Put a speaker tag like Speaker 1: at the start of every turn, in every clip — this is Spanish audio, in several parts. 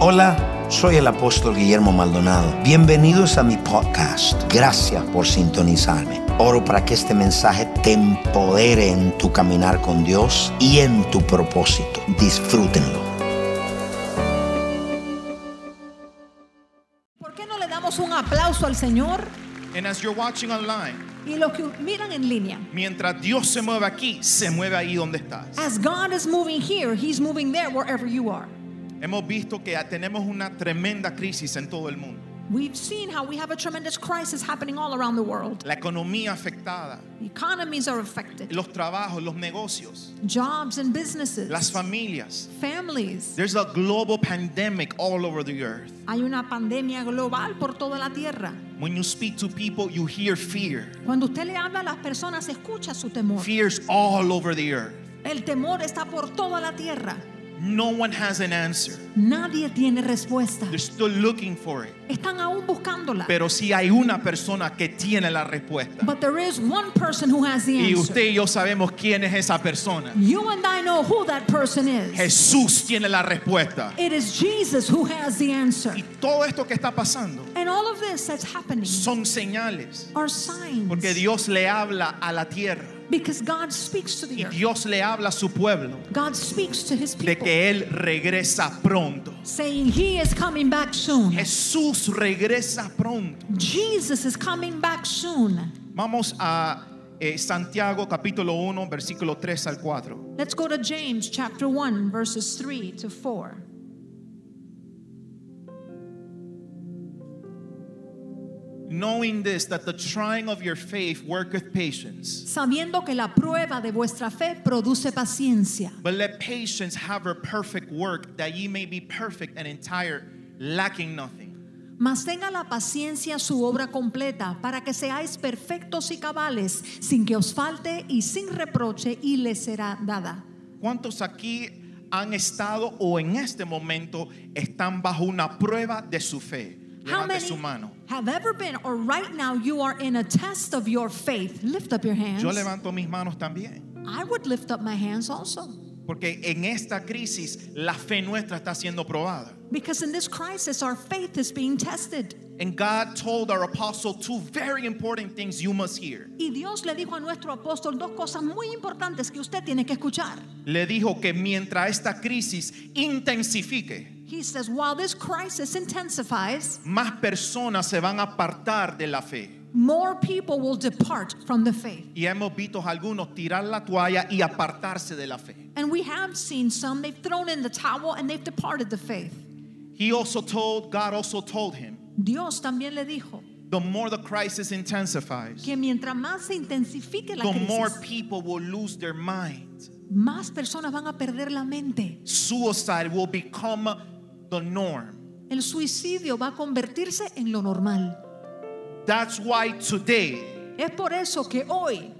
Speaker 1: Hola, soy el apóstol Guillermo Maldonado. Bienvenidos a mi podcast. Gracias por sintonizarme. Oro para que este mensaje te empodere en tu caminar con Dios y en tu propósito. Disfrútenlo.
Speaker 2: ¿Por qué no le damos un aplauso al Señor
Speaker 3: And as you're watching online,
Speaker 2: y los que miran en línea?
Speaker 3: mientras Dios se mueve aquí, se mueve ahí donde estás.
Speaker 2: As God is moving here, He's moving there wherever you are.
Speaker 3: Hemos visto que tenemos una tremenda crisis en todo el mundo.
Speaker 2: We've seen how we have a tremendous crisis happening all around the world.
Speaker 3: La economía afectada,
Speaker 2: Economies are affected,
Speaker 3: los trabajos, los negocios,
Speaker 2: jobs and businesses,
Speaker 3: las familias.
Speaker 2: families.
Speaker 3: There's a global pandemic all over the earth.
Speaker 2: Hay una pandemia global por toda la tierra.
Speaker 3: When you speak to people, you hear fear.
Speaker 2: Cuando usted le habla a las personas, escucha su temor.
Speaker 3: Fears all over the earth.
Speaker 2: El temor está por toda la tierra.
Speaker 3: No one has an answer.
Speaker 2: Nadie tiene respuesta.
Speaker 3: They're still looking for it.
Speaker 2: Están aún buscándola.
Speaker 3: Pero si hay una persona que tiene la respuesta.
Speaker 2: But there is one person who has the
Speaker 3: Y
Speaker 2: answer.
Speaker 3: usted y yo sabemos quién es esa persona.
Speaker 2: You and I know who that person is.
Speaker 3: Jesús tiene la respuesta.
Speaker 2: It is Jesus who has the answer.
Speaker 3: Y todo esto que está pasando
Speaker 2: And all of this that's happening
Speaker 3: son señales.
Speaker 2: are signs.
Speaker 3: Porque Dios le habla a la tierra.
Speaker 2: Because God speaks to the
Speaker 3: Y
Speaker 2: earth.
Speaker 3: Dios le habla a su pueblo
Speaker 2: God speaks to his
Speaker 3: de
Speaker 2: people
Speaker 3: que Él regresa pronto.
Speaker 2: saying he is coming back soon.
Speaker 3: Jesús regresa pronto.
Speaker 2: Jesus is coming back soon.
Speaker 3: Vamos a eh, Santiago capítulo 1, versículo 3 al 4.
Speaker 2: Let's go to James chapter 1 verses 3 to 4.
Speaker 3: Knowing this, that the trying of your faith worketh patience.
Speaker 2: Sabiendo que la prueba de vuestra fe produce paciencia.
Speaker 3: But let patience have her perfect work, that ye may be perfect and entire, lacking nothing.
Speaker 2: Mas tenga la paciencia su obra completa, para que seáis perfectos y cabales, sin que os falte y sin reproche, y les será dada.
Speaker 3: ¿Cuántos aquí han estado o en este momento están bajo una prueba de su fe?
Speaker 2: How
Speaker 3: Levante
Speaker 2: many
Speaker 3: su mano.
Speaker 2: have ever been, or right now you are in a test of your faith? Lift up your hands.
Speaker 3: Yo levanto mis manos también.
Speaker 2: I would lift up my hands also.
Speaker 3: Porque en esta crisis la fe nuestra está siendo probada.
Speaker 2: Because in this crisis, our faith is being tested.
Speaker 3: And God told our apostle two very important things you must hear.
Speaker 2: Y Dios le dijo a nuestro apóstol dos cosas muy importantes que usted tiene que escuchar.
Speaker 3: Le dijo que mientras esta crisis intensifique,
Speaker 2: He says, while this crisis intensifies,
Speaker 3: más personas se van a apartar de la fe.
Speaker 2: more people will depart from the faith.
Speaker 3: Y hemos visto a algunos tirar la toalla y apartarse de la fe.
Speaker 2: And we have seen some, they've thrown in the towel and they've departed the faith.
Speaker 3: He also told, God also told him,
Speaker 2: Dios también le dijo
Speaker 3: the more the crisis intensifies,
Speaker 2: que mientras más se intensifique la
Speaker 3: the more
Speaker 2: crisis,
Speaker 3: people will lose their mind.
Speaker 2: más personas van a perder la mente.
Speaker 3: Suicide will become the norm.
Speaker 2: El suicidio va a convertirse en lo normal.
Speaker 3: That's why today
Speaker 2: Es por eso que hoy,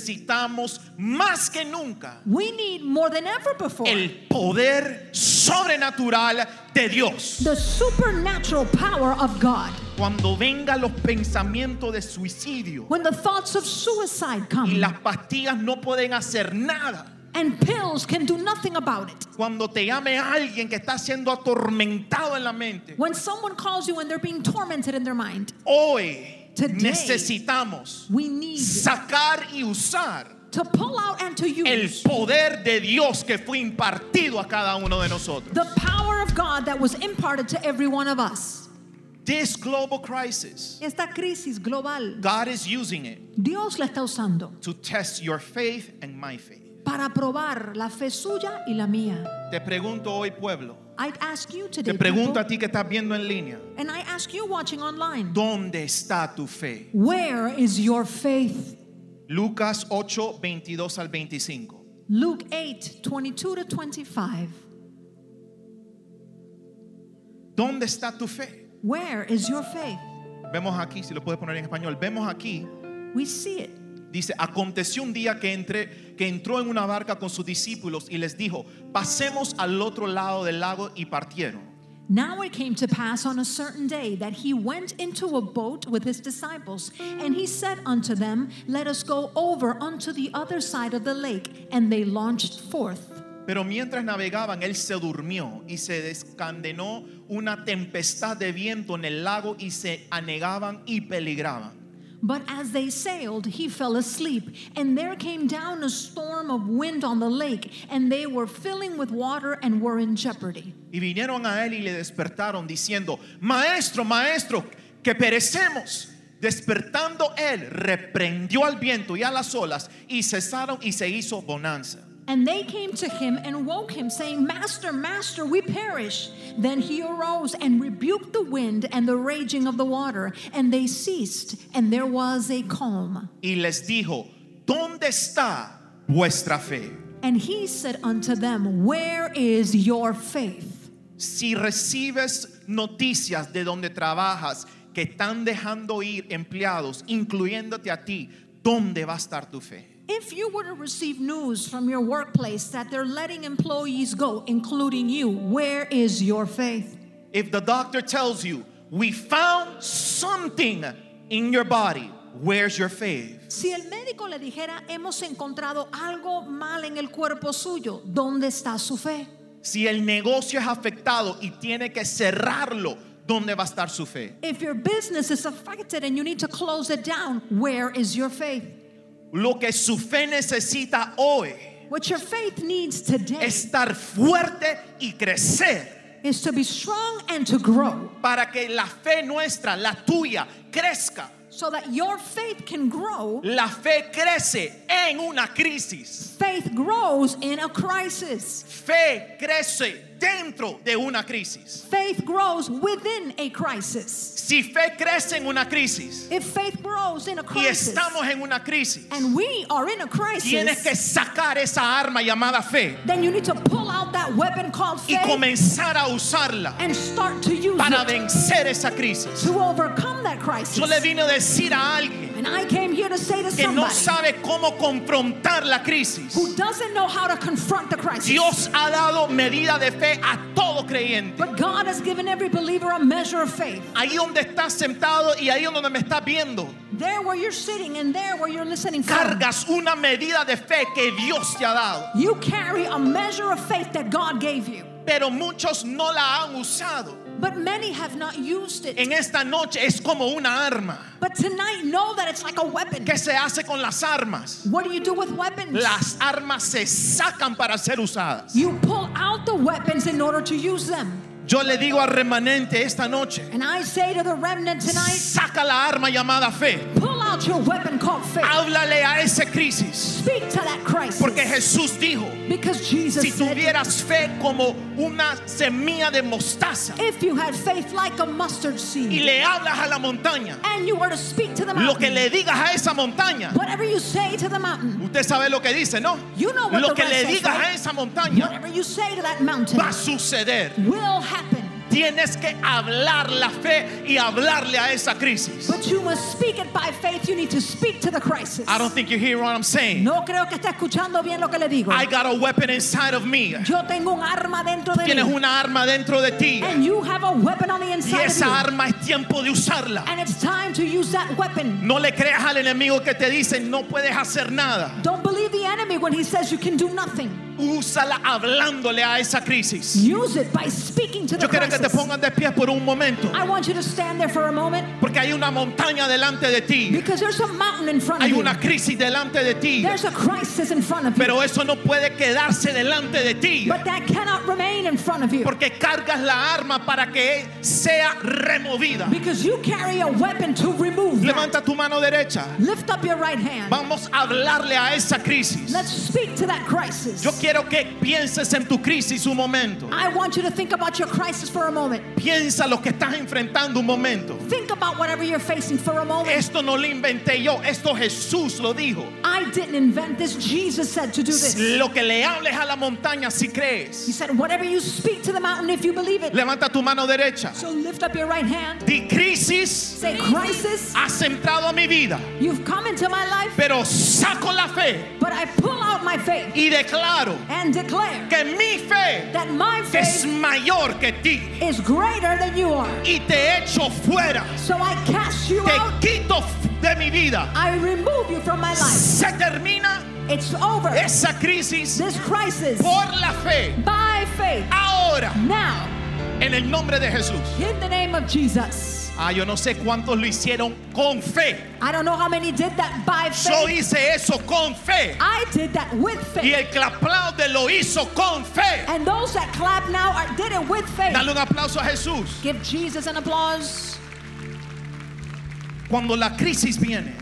Speaker 3: necesitamos más que nunca
Speaker 2: we need more than ever before
Speaker 3: el poder sobrenatural de Dios.
Speaker 2: the supernatural power of God.
Speaker 3: Cuando vengan los pensamientos de suicidio
Speaker 2: When the thoughts of suicide
Speaker 3: y
Speaker 2: come
Speaker 3: las pastillas no pueden hacer nada.
Speaker 2: and pills can do nothing about it.
Speaker 3: Cuando te llame alguien que está siendo atormentado en la mente,
Speaker 2: When someone calls you and they're being tormented in their mind,
Speaker 3: hoy
Speaker 2: Today.
Speaker 3: necesitamos
Speaker 2: we need
Speaker 3: sacar y usar
Speaker 2: to pull out and to
Speaker 3: el
Speaker 2: use
Speaker 3: poder de Dios que fue impartido a cada uno de nosotros.
Speaker 2: the power of God that was imparted to every one of us.
Speaker 3: This global crisis,
Speaker 2: Esta crisis global,
Speaker 3: God is using it
Speaker 2: Dios la está usando
Speaker 3: to test your faith and my faith.
Speaker 2: para probar la fe suya y la mía.
Speaker 3: Te pregunto hoy, pueblo,
Speaker 2: I'd ask you today,
Speaker 3: te pregunto
Speaker 2: people,
Speaker 3: a ti que estás viendo en línea,
Speaker 2: and I ask you watching online,
Speaker 3: ¿dónde está tu fe?
Speaker 2: where is your faith?
Speaker 3: Lucas 8, 22 al 25.
Speaker 2: Luke 8, 22 to 25.
Speaker 3: ¿Dónde está tu fe?
Speaker 2: Where is your faith?
Speaker 3: Vemos aquí, si lo puedes poner en español, vemos aquí,
Speaker 2: We see it.
Speaker 3: dice, aconteció un día que, entré, que entró en una barca con sus discípulos y les dijo, pasemos al otro lado del lago y partieron.
Speaker 2: Now it came to pass on a certain day that he went into a boat with his disciples, and he said unto them, Let us go over unto the other side of the lake. And they launched forth.
Speaker 3: Pero mientras navegaban, él se durmió y se descandenó una tempestad de viento en el lago y se anegaban y peligraban.
Speaker 2: But as they sailed, he fell asleep, and there came down a storm of wind on the lake, and they were filling with water and were in jeopardy.
Speaker 3: Y vinieron a él y le despertaron diciendo, Maestro, maestro, que perecemos. Despertando él, reprendió al viento y a las olas y cesaron y se hizo bonanza.
Speaker 2: And they came to him and woke him, saying, Master, Master, we perish. Then he arose and rebuked the wind and the raging of the water, and they ceased, and there was a calm.
Speaker 3: Y les dijo, ¿dónde está vuestra fe?
Speaker 2: And he said unto them, Where is your faith?
Speaker 3: Si recibes noticias de donde trabajas que están dejando ir empleados, incluyéndote a ti, ¿dónde va a estar tu fe?
Speaker 2: If you were to receive news from your workplace that they're letting employees go, including you, where is your faith?
Speaker 3: If the doctor tells you, we found something in your body, where's your faith?
Speaker 2: Si el médico le dijera, hemos encontrado algo mal en el cuerpo suyo, ¿dónde está su fe?
Speaker 3: Si el negocio es afectado y tiene que cerrarlo, ¿dónde va a estar su fe?
Speaker 2: If your business is affected and you need to close it down, where is your faith?
Speaker 3: Lo que su fe necesita hoy
Speaker 2: What your faith needs today
Speaker 3: es estar fuerte y crecer
Speaker 2: is to be strong and to grow
Speaker 3: para que la fe nuestra, la tuya, crezca.
Speaker 2: so that your faith can grow.
Speaker 3: La fe crece en una crisis.
Speaker 2: Faith grows in a crisis.
Speaker 3: Fe crece dentro de una crisis.
Speaker 2: Faith grows within a crisis.
Speaker 3: Si fe crece en una crisis
Speaker 2: If faith grows in a
Speaker 3: y
Speaker 2: crisis,
Speaker 3: estamos en una crisis,
Speaker 2: and we are in a
Speaker 3: tienes que
Speaker 2: crisis,
Speaker 3: sacar esa arma llamada fe
Speaker 2: then you need to pull out that weapon called
Speaker 3: y
Speaker 2: faith
Speaker 3: comenzar a usarla
Speaker 2: and start to use
Speaker 3: para
Speaker 2: it
Speaker 3: vencer esa crisis.
Speaker 2: to overcome that
Speaker 3: Yo le
Speaker 2: crisis.
Speaker 3: vine a decir a alguien
Speaker 2: And I came here to say to
Speaker 3: que no
Speaker 2: somebody
Speaker 3: sabe cómo confrontar la crisis.
Speaker 2: who doesn't know how to confront the crisis,
Speaker 3: Dios ha dado medida de fe a todo creyente.
Speaker 2: but God has given every believer a measure of faith.
Speaker 3: Ahí donde estás sentado y ahí donde me estás viendo,
Speaker 2: There where you're sitting and there where you're listening from,
Speaker 3: cargas una medida de fe que Dios te ha dado.
Speaker 2: you carry a measure of faith that God gave you.
Speaker 3: Pero muchos no la han usado.
Speaker 2: But many have not used it.
Speaker 3: En esta noche es como una arma.
Speaker 2: But tonight, know that it's like a weapon.
Speaker 3: ¿Qué se hace con las armas?
Speaker 2: What do you do with weapons?
Speaker 3: Las armas se sacan para ser usadas.
Speaker 2: You pull out the weapons in order to use them.
Speaker 3: Yo le digo al remanente esta noche,
Speaker 2: And I say to the remnant tonight,
Speaker 3: saca la arma llamada fe.
Speaker 2: pull out your weapon called faith.
Speaker 3: Háblale a esa crisis.
Speaker 2: Speak to that crisis.
Speaker 3: Porque Jesús dijo,
Speaker 2: because Jesus
Speaker 3: si
Speaker 2: said,
Speaker 3: tuvieras fe como una semilla de mostaza
Speaker 2: if you had faith like a mustard seed,
Speaker 3: y le hablas a la montaña,
Speaker 2: and you were to speak to the
Speaker 3: lo
Speaker 2: mountain,
Speaker 3: que le digas a esa montaña,
Speaker 2: whatever you say to the mountain,
Speaker 3: usted sabe lo que dice, ¿no?
Speaker 2: You know what
Speaker 3: Lo
Speaker 2: the
Speaker 3: que
Speaker 2: verse
Speaker 3: le
Speaker 2: says,
Speaker 3: digas
Speaker 2: right?
Speaker 3: a esa montaña
Speaker 2: whatever you say to that mountain,
Speaker 3: va a suceder.
Speaker 2: will happen.
Speaker 3: Tienes que hablar la fe y hablarle a esa crisis.
Speaker 2: But you must speak it by faith. You need to speak to the crisis.
Speaker 3: I don't think you hear what I'm saying.
Speaker 2: No creo que está escuchando bien lo que le digo.
Speaker 3: I got a weapon inside of me.
Speaker 2: Yo tengo un arma dentro de
Speaker 3: Tienes
Speaker 2: mí.
Speaker 3: una arma dentro de ti.
Speaker 2: And you have a weapon on the
Speaker 3: Y
Speaker 2: inside of you.
Speaker 3: esa arma es tiempo de usarla.
Speaker 2: And it's time to use that weapon.
Speaker 3: No le creas al enemigo que te dice no puedes hacer nada.
Speaker 2: Don't believe the enemy when he says you can do nothing.
Speaker 3: Úsala hablándole a esa crisis.
Speaker 2: Use it by speaking to the
Speaker 3: Yo quiero que te
Speaker 2: crisis.
Speaker 3: pongas de pie por un momento.
Speaker 2: I want you to stand there for a moment
Speaker 3: Porque hay una montaña delante de ti.
Speaker 2: because there's a mountain in front of
Speaker 3: Hay
Speaker 2: you.
Speaker 3: una crisis delante de ti.
Speaker 2: There's a crisis in front of you.
Speaker 3: Pero eso no puede quedarse delante de ti.
Speaker 2: But that cannot remain in front of you
Speaker 3: Porque cargas la arma para que sea removida.
Speaker 2: because you carry a weapon to remove that.
Speaker 3: Levanta tu mano derecha.
Speaker 2: Lift up your right hand.
Speaker 3: Vamos a hablarle a esa crisis.
Speaker 2: Let's speak to that crisis.
Speaker 3: Yo quiero que pienses en tu crisis un momento.
Speaker 2: I want you to think about your crisis for a moment.
Speaker 3: Piensa lo que estás enfrentando un momento.
Speaker 2: Think about whatever you're facing for a moment.
Speaker 3: Esto no lo inventé yo, esto Jesús lo dijo.
Speaker 2: I didn't invent this. Jesus said to do this.
Speaker 3: Lo que le hables a la montaña si
Speaker 2: He
Speaker 3: crees.
Speaker 2: said, whatever you speak to the mountain, if you believe it.
Speaker 3: Levanta tu mano derecha.
Speaker 2: So lift up your right hand.
Speaker 3: Di crisis,
Speaker 2: Say, crisis,
Speaker 3: has entrado a mi vida,
Speaker 2: you've come into my life,
Speaker 3: pero saco la fe
Speaker 2: but I pull out my faith
Speaker 3: y declaro
Speaker 2: and declare
Speaker 3: que mi fe
Speaker 2: that my
Speaker 3: es
Speaker 2: faith
Speaker 3: mayor que ti
Speaker 2: is greater than you are.
Speaker 3: y te echo fuera,
Speaker 2: So I cast you
Speaker 3: te
Speaker 2: out.
Speaker 3: quito f- de mi vida.
Speaker 2: I remove you from my life.
Speaker 3: Se termina
Speaker 2: It's over.
Speaker 3: Esa crisis
Speaker 2: This crisis
Speaker 3: por la fe.
Speaker 2: by faith
Speaker 3: Ahora,
Speaker 2: now
Speaker 3: en el nombre de Jesús.
Speaker 2: in the name of Jesus.
Speaker 3: Ah, yo no sé cuántos lo hicieron con fe.
Speaker 2: I don't know how many did that by
Speaker 3: Yo
Speaker 2: faith.
Speaker 3: hice eso con fe.
Speaker 2: I did that with
Speaker 3: Y
Speaker 2: faith.
Speaker 3: el que aplaude lo hizo con fe.
Speaker 2: And those that clap now are, did it with faith.
Speaker 3: Dale un aplauso a Jesús.
Speaker 2: Give Jesus an applause.
Speaker 3: Cuando la crisis viene,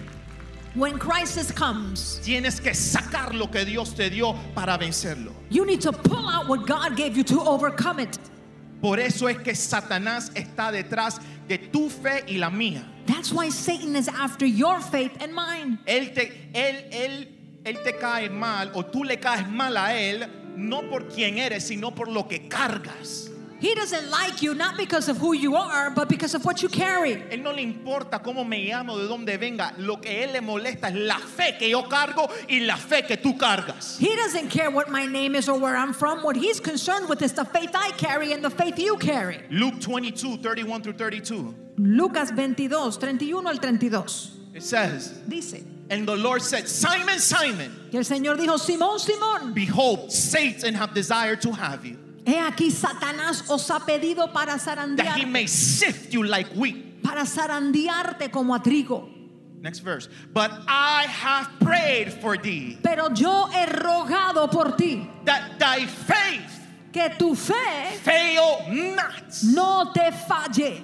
Speaker 2: When crisis comes,
Speaker 3: tienes que sacar lo que Dios te dio para vencerlo.
Speaker 2: you need to pull out what God gave you to overcome it.
Speaker 3: Por eso es que Satanás está detrás de tu fe y la mía.
Speaker 2: That's why Satan is after your faith and mine.
Speaker 3: Él te, él, él, él te cae mal o tú le caes mal a él, no por quien eres, sino por lo que cargas.
Speaker 2: He doesn't like you not because of who you are, but because of what you carry.
Speaker 3: Él no le importa cómo me llamo, de dónde venga. Lo que a él le molesta es la fe que yo cargo y la fe que tú cargas.
Speaker 2: He doesn't care what my name is or where I'm from. What he's concerned with is the faith I carry and the faith you carry.
Speaker 3: Luke 22, 31 through 32.
Speaker 2: Lucas 22, 31 al 32.
Speaker 3: It says,
Speaker 2: Dice,
Speaker 3: And the Lord said, Simon, Simon,
Speaker 2: y el Señor dijo, Simón, Simón,
Speaker 3: behold, Satan have desired to have you,
Speaker 2: he aquí Satanás os ha pedido para
Speaker 3: that he
Speaker 2: zarandear,
Speaker 3: may sift you like wheat.
Speaker 2: para zarandearte como a trigo.
Speaker 3: Next verse. But I have prayed for thee
Speaker 2: Pero yo he rogado por ti
Speaker 3: that thy faith
Speaker 2: que tu fe
Speaker 3: fail not.
Speaker 2: no te falle.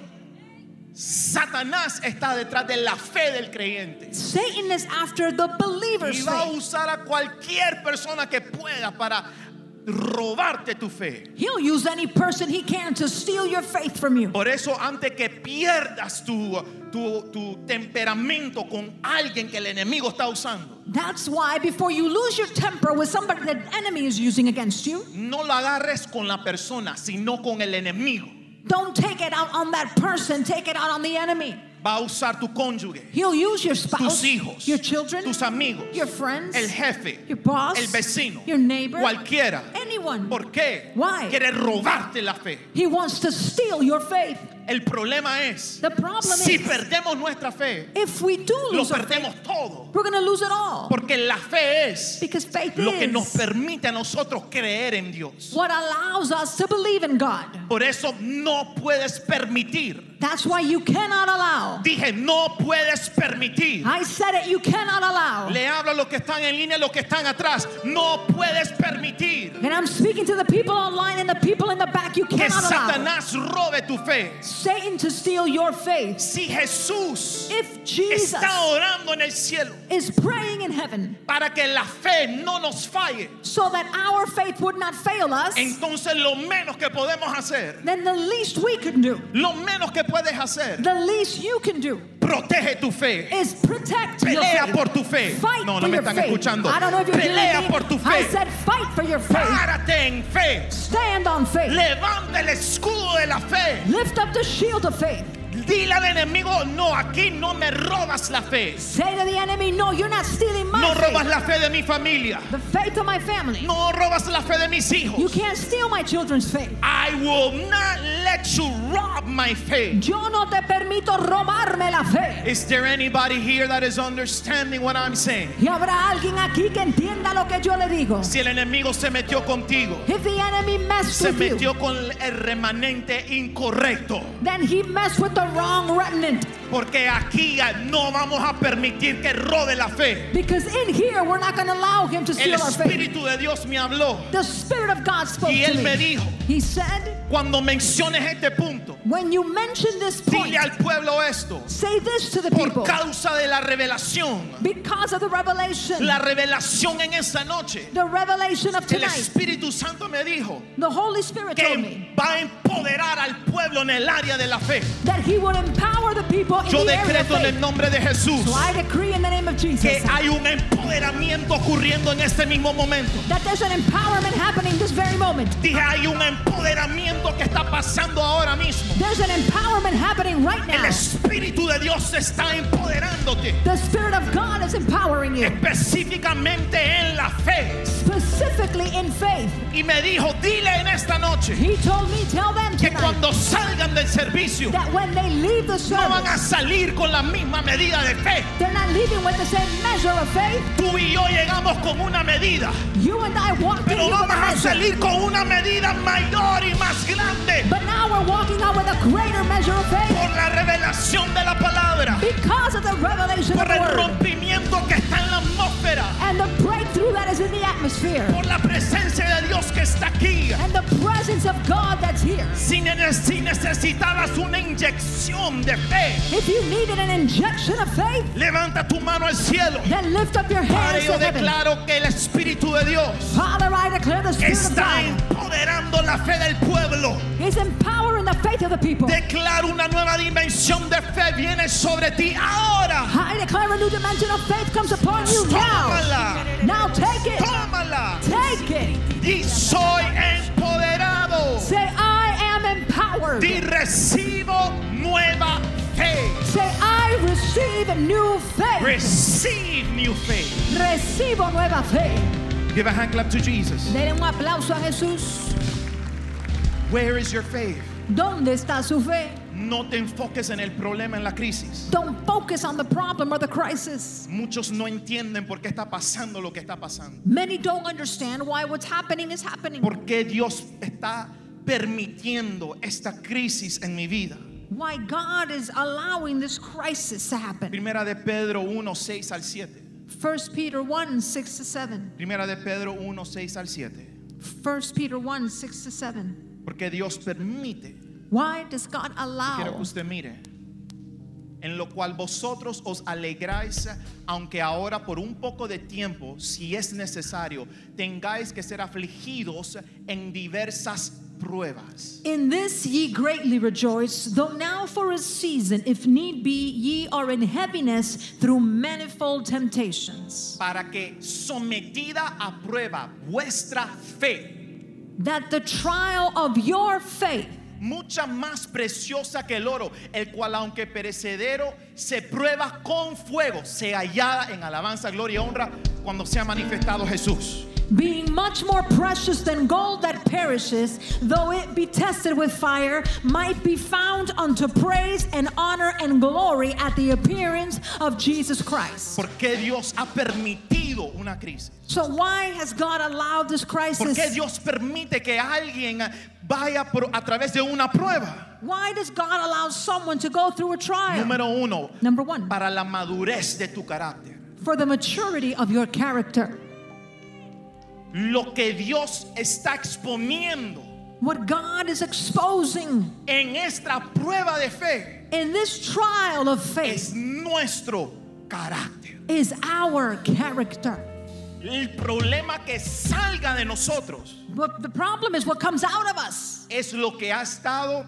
Speaker 3: Satanás está detrás de la fe del creyente.
Speaker 2: Satan is after the
Speaker 3: Y
Speaker 2: believer's
Speaker 3: va a
Speaker 2: faith.
Speaker 3: usar a cualquier persona que pueda para robarte tu fe.
Speaker 2: He'll use any person he can to steal your faith from you.
Speaker 3: Por eso antes que pierdas tu, tu, tu temperamento con alguien que el enemigo está usando,
Speaker 2: That's why before you lose your temper with somebody that the enemy is using against you,
Speaker 3: no lo agarres con la persona, sino con el enemigo.
Speaker 2: don't take it out on that person, take it out on the enemy.
Speaker 3: Va a usar tu cónyuge,
Speaker 2: He'll use your
Speaker 3: tus
Speaker 2: spouse,
Speaker 3: hijos,
Speaker 2: your children,
Speaker 3: tus amigos,
Speaker 2: your friends,
Speaker 3: el jefe,
Speaker 2: your boss,
Speaker 3: el vecino,
Speaker 2: your neighbor,
Speaker 3: cualquiera.
Speaker 2: anyone.
Speaker 3: ¿Por qué?
Speaker 2: Why?
Speaker 3: Quiere robarte la fe.
Speaker 2: He wants to steal your faith.
Speaker 3: El problema es,
Speaker 2: The problem
Speaker 3: si
Speaker 2: is
Speaker 3: perdemos nuestra fe,
Speaker 2: if we do
Speaker 3: lo
Speaker 2: lose our faith,
Speaker 3: perdemos todo.
Speaker 2: we're going to lose it all.
Speaker 3: Porque la fe es
Speaker 2: Because faith
Speaker 3: lo que nos
Speaker 2: is
Speaker 3: permite a nosotros creer en Dios.
Speaker 2: what allows us to believe in God.
Speaker 3: Por eso no puedes permitir.
Speaker 2: That's why you cannot allow.
Speaker 3: Dije, no puedes permitir.
Speaker 2: I said it, you cannot allow.
Speaker 3: Le hablo a los que están en línea, a los que están atrás. No puedes permitir
Speaker 2: And I'm speaking to the people online and the people in the back, you
Speaker 3: que
Speaker 2: cannot allow
Speaker 3: Satanás robe tu fe.
Speaker 2: Satan to steal your faith.
Speaker 3: Si Jesús
Speaker 2: If Jesus
Speaker 3: está orando en el cielo
Speaker 2: is praying in heaven
Speaker 3: para que la fe no nos falle,
Speaker 2: so that our faith would not fail us,
Speaker 3: entonces lo menos que podemos hacer,
Speaker 2: then the least we can do,
Speaker 3: lo menos que puedes hacer,
Speaker 2: the least you can do,
Speaker 3: protege tu fe.
Speaker 2: is protect your
Speaker 3: Pelea
Speaker 2: faith.
Speaker 3: por tu fe.
Speaker 2: Fight
Speaker 3: No,
Speaker 2: for
Speaker 3: no me
Speaker 2: your
Speaker 3: están
Speaker 2: faith.
Speaker 3: escuchando.
Speaker 2: I don't know if you're hearing
Speaker 3: Pelea
Speaker 2: me.
Speaker 3: por tu
Speaker 2: I
Speaker 3: fe.
Speaker 2: said fight for your faith.
Speaker 3: Párate en fe.
Speaker 2: Stand on faith.
Speaker 3: Levanta el escudo de la fe.
Speaker 2: Lift up the shield of faith.
Speaker 3: Dile al enemigo, no, aquí no me robas la fe.
Speaker 2: Say to the enemy, no, you're not stealing my
Speaker 3: No
Speaker 2: faith.
Speaker 3: robas la fe de mi familia.
Speaker 2: the faith of my family.
Speaker 3: No robas la fe de mis
Speaker 2: You
Speaker 3: hijos.
Speaker 2: can't steal my children's faith.
Speaker 3: I will not let you rob my faith.
Speaker 2: Yo no te permito robarme la fe.
Speaker 3: Is there anybody here that is understanding what I'm saying?
Speaker 2: Y habrá alguien aquí que entienda lo que yo le digo.
Speaker 3: Si el enemigo se metió contigo,
Speaker 2: If the enemy messed
Speaker 3: se
Speaker 2: with you,
Speaker 3: metió con el remanente incorrecto.
Speaker 2: then he messed with the wrong remnant.
Speaker 3: Porque aquí ya no vamos a permitir que robe la fe.
Speaker 2: Because in here, we're not going to allow him to
Speaker 3: El
Speaker 2: steal our faith.
Speaker 3: Espíritu de Dios me habló.
Speaker 2: The Spirit of God spoke
Speaker 3: Y él
Speaker 2: to
Speaker 3: me
Speaker 2: me.
Speaker 3: dijo,
Speaker 2: He said,
Speaker 3: cuando menciones este punto,
Speaker 2: when you mention this point,
Speaker 3: dile al pueblo esto.
Speaker 2: say this to the
Speaker 3: Por
Speaker 2: people.
Speaker 3: causa de la revelación,
Speaker 2: Because of the revelation,
Speaker 3: la revelación en esta noche,
Speaker 2: the revelation of
Speaker 3: el
Speaker 2: tonight,
Speaker 3: Espíritu Santo me dijo
Speaker 2: the Holy Spirit told me
Speaker 3: que va a empoderar al pueblo en el área de la fe.
Speaker 2: that he would empower the people in
Speaker 3: Yo
Speaker 2: the area of
Speaker 3: decreto en
Speaker 2: faith.
Speaker 3: el nombre de Jesús
Speaker 2: So I decree in the name of Jesus
Speaker 3: que hay un empoderamiento ocurriendo en este mismo momento.
Speaker 2: that there's an empowerment happening this very moment.
Speaker 3: Dije, hay un empoderamiento que está pasando ahora mismo.
Speaker 2: There's an empowerment happening right
Speaker 3: El
Speaker 2: now.
Speaker 3: Espíritu de Dios está empoderándote.
Speaker 2: The Spirit of God is empowering you,
Speaker 3: Específicamente en la fe.
Speaker 2: specifically in faith.
Speaker 3: Y me dijo, Dile en esta noche
Speaker 2: He told me, tell them
Speaker 3: que
Speaker 2: tonight
Speaker 3: cuando salgan del servicio
Speaker 2: that when they leave the
Speaker 3: no van a
Speaker 2: service,
Speaker 3: salir con la misma medida de fe.
Speaker 2: they're not leaving with the same measure of faith.
Speaker 3: Tú y yo llegamos con una medida,
Speaker 2: You and I walked in
Speaker 3: pero
Speaker 2: here with a
Speaker 3: vamos a
Speaker 2: measure,
Speaker 3: salir con una medida mayor y más grande
Speaker 2: but now we're walking out with a greater measure of faith
Speaker 3: por la revelación de la palabra,
Speaker 2: because of the revelation of
Speaker 3: por
Speaker 2: the
Speaker 3: el
Speaker 2: word
Speaker 3: rompimiento que está en la atmósfera,
Speaker 2: and the breakthrough that is in the atmosphere
Speaker 3: por la presencia de Dios que está aquí.
Speaker 2: and the presence of God that's here.
Speaker 3: Si, nene- si necesitabas una inyección de fe,
Speaker 2: If you needed an injection of faith,
Speaker 3: levanta tu mano al cielo.
Speaker 2: then lift up your
Speaker 3: Padre,
Speaker 2: hands
Speaker 3: yo
Speaker 2: to heaven.
Speaker 3: declaro que el Espíritu de Dios
Speaker 2: Father, I declare the Spirit of
Speaker 3: está
Speaker 2: God
Speaker 3: empoderando la fe del pueblo.
Speaker 2: is empowering the faith of the people.
Speaker 3: Declaro una nueva dimensión de fe viene sobre ti ahora.
Speaker 2: I declare a new dimension of faith comes upon you now.
Speaker 3: Tómala,
Speaker 2: Now take it.
Speaker 3: tómala.
Speaker 2: Take it.
Speaker 3: Y soy empoderado.
Speaker 2: Say, I am empowered.
Speaker 3: Y recibo nueva fe.
Speaker 2: Say, I receive a new faith.
Speaker 3: Receive new faith.
Speaker 2: Recibo nueva fe.
Speaker 3: Give a hand clap to Jesus.
Speaker 2: Denle un aplauso a Jesús.
Speaker 3: Where is your faith?
Speaker 2: ¿Dónde está su fe?
Speaker 3: No te enfoques en el problema, en la crisis.
Speaker 2: Don't focus on the problem or the crisis.
Speaker 3: Muchos no entienden por qué está pasando lo que está pasando.
Speaker 2: Many don't understand why what's happening is happening.
Speaker 3: ¿Por qué Dios está permitiendo esta crisis en mi vida?
Speaker 2: Why God is allowing this crisis to happen.
Speaker 3: Primera de Pedro 1, 6 al 7.
Speaker 2: 1 Peter 1 6 to 7.
Speaker 3: Primera de Pedro 1, 6 al 7.
Speaker 2: 1 Peter 1 6 to 7.
Speaker 3: Porque Dios permite,
Speaker 2: Why does God
Speaker 3: quiero que
Speaker 2: allow?
Speaker 3: usted mire, en lo cual vosotros os alegráis, aunque ahora por un poco de tiempo, si es necesario, tengáis que ser afligidos en diversas pruebas.
Speaker 2: In this ye greatly rejoice, though now for a season, if need be, ye are in heaviness through manifold temptations.
Speaker 3: Para que sometida a prueba vuestra fe,
Speaker 2: That the trial of your faith,
Speaker 3: mucha más preciosa que el oro, el cual aunque perecedero se prueba con fuego, sea hallada en alabanza, gloria y honra cuando sea manifestado Jesús.
Speaker 2: being much more precious than gold that perishes, though it be tested with fire, might be found unto praise and honor and glory at the appearance of Jesus Christ.
Speaker 3: ¿Por qué Dios ha permitido una crisis?
Speaker 2: So, why has God allowed this
Speaker 3: ¿Por qué
Speaker 2: crisis?
Speaker 3: Dios permite que alguien vaya por- a través de una prueba?
Speaker 2: Why does God allow someone to go through a trial?
Speaker 3: Número uno,
Speaker 2: Number one.
Speaker 3: para la madurez de tu carácter.
Speaker 2: for the maturity of your character.
Speaker 3: Lo que Dios está exponiendo
Speaker 2: What God is exposing
Speaker 3: en esta prueba de fe
Speaker 2: in this trial of faith
Speaker 3: es nuestro carácter.
Speaker 2: is our character.
Speaker 3: El problema que salga de nosotros
Speaker 2: But the problem is what comes out of us
Speaker 3: es lo que ha estado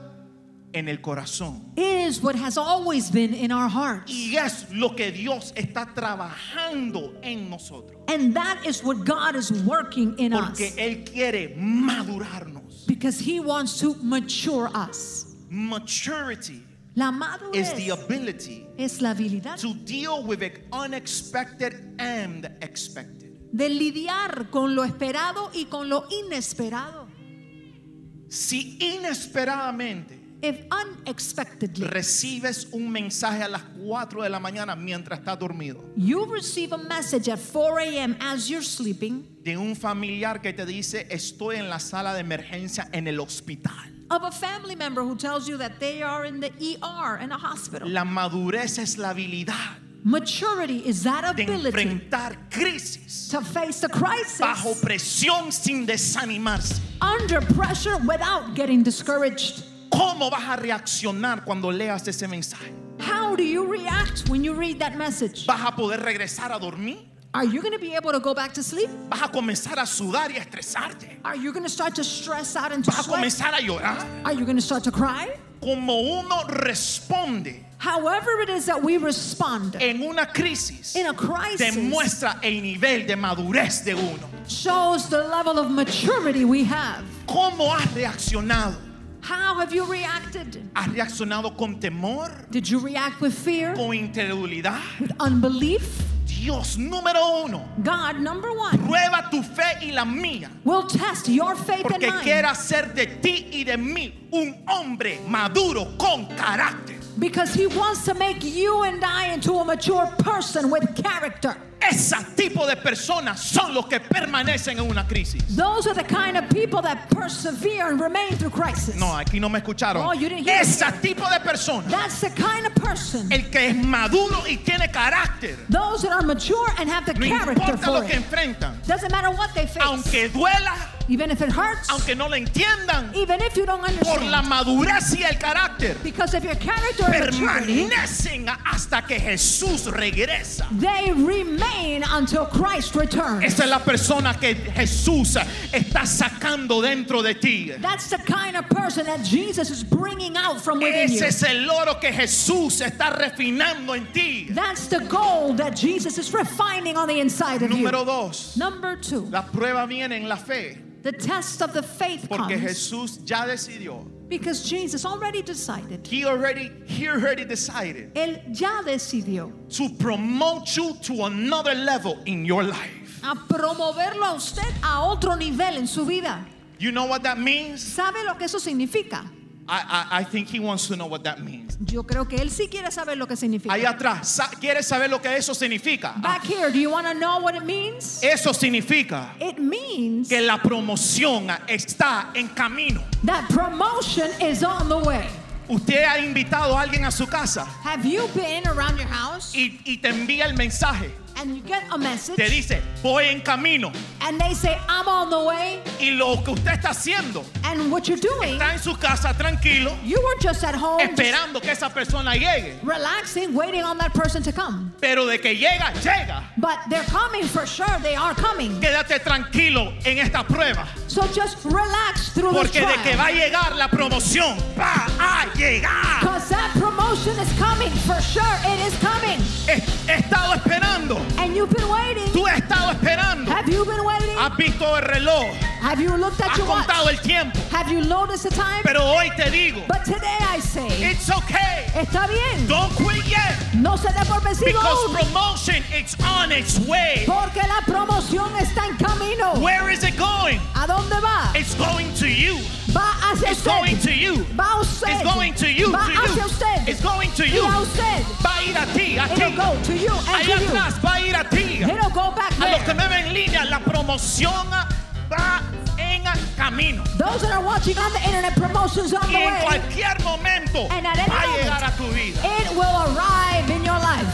Speaker 3: en el corazón.
Speaker 2: is what has always been in our heart.
Speaker 3: Y es lo que Dios está trabajando en nosotros.
Speaker 2: And that is what God is working in
Speaker 3: Porque
Speaker 2: us
Speaker 3: Él quiere madurarnos.
Speaker 2: because He wants to mature us.
Speaker 3: Maturity
Speaker 2: La
Speaker 3: is the
Speaker 2: madurez
Speaker 3: ability
Speaker 2: es la habilidad
Speaker 3: to deal with the unexpected and expected.
Speaker 2: de lidiar con lo esperado y con lo inesperado.
Speaker 3: Si inesperadamente
Speaker 2: If unexpectedly
Speaker 3: recibes un mensaje a las 4 de la mañana mientras estás dormido,
Speaker 2: You receive a message at 4 a.m. as you're sleeping
Speaker 3: de un familiar que te dice estoy en la sala de emergencia en el hospital.
Speaker 2: of a family member who tells you that they are in the ER in a hospital.
Speaker 3: La madurez es la habilidad
Speaker 2: Maturity is that
Speaker 3: de
Speaker 2: ability
Speaker 3: enfrentar crisis
Speaker 2: to face the
Speaker 3: bajo
Speaker 2: crisis
Speaker 3: presión sin desanimarse.
Speaker 2: under pressure without getting discouraged.
Speaker 3: ¿Cómo vas a reaccionar cuando leas ese mensaje?
Speaker 2: How do you react when you read that message?
Speaker 3: ¿Vas a poder regresar a dormir?
Speaker 2: Are you going to be able to go back to sleep?
Speaker 3: ¿Vas a comenzar a sudar y a estresarte?
Speaker 2: Are you going to start to stress out and to
Speaker 3: ¿Vas a
Speaker 2: sweat?
Speaker 3: comenzar a llorar?
Speaker 2: Are you going to start to cry?
Speaker 3: Como uno responde
Speaker 2: However, it is that we respond
Speaker 3: en una crisis,
Speaker 2: in a crisis
Speaker 3: demuestra el nivel de madurez de uno.
Speaker 2: shows the level of maturity we have.
Speaker 3: ¿Cómo has reaccionado?
Speaker 2: How have you reacted?
Speaker 3: ¿Has reaccionado con temor?
Speaker 2: Did you react with fear,
Speaker 3: ¿Con incredulidad?
Speaker 2: with unbelief?
Speaker 3: Dios número uno
Speaker 2: God, number one,
Speaker 3: prueba tu fe y la mía.
Speaker 2: will test your faith
Speaker 3: Porque
Speaker 2: and mine
Speaker 3: quiere hacer de ti y de mí un hombre maduro con carácter.
Speaker 2: because He wants to make you and I into a mature person with character.
Speaker 3: Ese tipo de personas son los que permanecen en una crisis.
Speaker 2: Those are the kind of people that persevere and remain through crisis.
Speaker 3: No, aquí no me escucharon.
Speaker 2: No, you didn't hear me.
Speaker 3: Ese tipo de personas,
Speaker 2: That's the kind of person.
Speaker 3: el que es maduro y tiene carácter,
Speaker 2: Those that are mature and have the
Speaker 3: no
Speaker 2: character
Speaker 3: importa
Speaker 2: for
Speaker 3: lo que
Speaker 2: it.
Speaker 3: enfrentan,
Speaker 2: Doesn't matter what they face.
Speaker 3: aunque duela,
Speaker 2: even if it hurts.
Speaker 3: aunque no lo entiendan,
Speaker 2: even if you don't
Speaker 3: por
Speaker 2: understand.
Speaker 3: la madurez y el carácter,
Speaker 2: because of your character and maturity,
Speaker 3: permanecen hasta que Jesús regresa.
Speaker 2: they remain until Christ returns.
Speaker 3: Esa es la persona que Jesús está sacando dentro de ti.
Speaker 2: That's the kind of person that Jesus is bringing out from within you.
Speaker 3: Ese es el oro que Jesús está refinando en ti.
Speaker 2: That's the gold that Jesus is refining on the inside of you.
Speaker 3: Número dos,
Speaker 2: Number two,
Speaker 3: la prueba viene en la fe,
Speaker 2: the test of the faith
Speaker 3: porque
Speaker 2: comes
Speaker 3: Jesús ya decidió.
Speaker 2: because Jesus already decided.
Speaker 3: He already, he already decided
Speaker 2: Él ya decidió
Speaker 3: to promote you to another level in your life.
Speaker 2: a promoverlo a usted a otro nivel en su vida.
Speaker 3: You know what that means?
Speaker 2: ¿Sabe lo que eso significa?
Speaker 3: I, I, I think he wants to know what that means.
Speaker 2: Yo creo que él sí quiere saber lo que significa.
Speaker 3: Ahí atrás, sa- ¿quieres saber lo que eso significa?
Speaker 2: Back here, do you want to know what it means?
Speaker 3: Eso significa
Speaker 2: It means
Speaker 3: que la promoción está en camino.
Speaker 2: that promotion is on the way.
Speaker 3: Usted ha invitado a alguien a su casa
Speaker 2: Have you been around your house
Speaker 3: y, y te envía el mensaje.
Speaker 2: and you get a message
Speaker 3: Te dice, voy en camino.
Speaker 2: and they say, I'm on the way,
Speaker 3: Y lo que usted está haciendo,
Speaker 2: and what you're doing,
Speaker 3: está en su casa tranquilo,
Speaker 2: you were just at home just
Speaker 3: esperando que esa persona llegue.
Speaker 2: relaxing, waiting on that person to come.
Speaker 3: Pero de que llega, llega.
Speaker 2: But they're coming for sure, they are coming.
Speaker 3: Quédate tranquilo en esta prueba.
Speaker 2: So just relax through this
Speaker 3: Porque de que
Speaker 2: trial.
Speaker 3: va a llegar la promoción, va a llegar.
Speaker 2: Because that promotion is coming, for sure it is coming.
Speaker 3: He, he estado esperando.
Speaker 2: And you've been waiting.
Speaker 3: Tú Ah, has estado esperando.
Speaker 2: Have you been waiting?
Speaker 3: Has visto el reloj.
Speaker 2: Have you looked at
Speaker 3: Has
Speaker 2: your watch?
Speaker 3: contado el tiempo.
Speaker 2: Have you noticed the time?
Speaker 3: ah, Pero Eh, hoy te digo,
Speaker 2: But today I say,
Speaker 3: it's okay.
Speaker 2: está bien.
Speaker 3: Don't quit yet.
Speaker 2: No se dé por vencido
Speaker 3: Because
Speaker 2: aún,
Speaker 3: promotion it's on its way.
Speaker 2: porque la promoción está en camino.
Speaker 3: Where is it going?
Speaker 2: ¿A dónde va?
Speaker 3: It's going to you.
Speaker 2: Va hacia
Speaker 3: Eh, It's going
Speaker 2: usted.
Speaker 3: to you.
Speaker 2: Va a usted.
Speaker 3: It's going to you.
Speaker 2: Va
Speaker 3: to you.
Speaker 2: hacia usted.
Speaker 3: It's going to
Speaker 2: Y
Speaker 3: you.
Speaker 2: a usted.
Speaker 3: Va a ir a ti, a
Speaker 2: It'll
Speaker 3: ti.
Speaker 2: go to you and
Speaker 3: Allá
Speaker 2: to you.
Speaker 3: atrás va a ir a ti.
Speaker 2: It'll go back
Speaker 3: A los que
Speaker 2: there.
Speaker 3: me ven en línea, la promoción ah, va en camino.
Speaker 2: Those that are watching on the internet, promotions on
Speaker 3: Y
Speaker 2: the
Speaker 3: en
Speaker 2: way.
Speaker 3: cualquier momento
Speaker 2: And at any
Speaker 3: va a
Speaker 2: moment.
Speaker 3: llegar a tu vida.
Speaker 2: It will arrive in your life.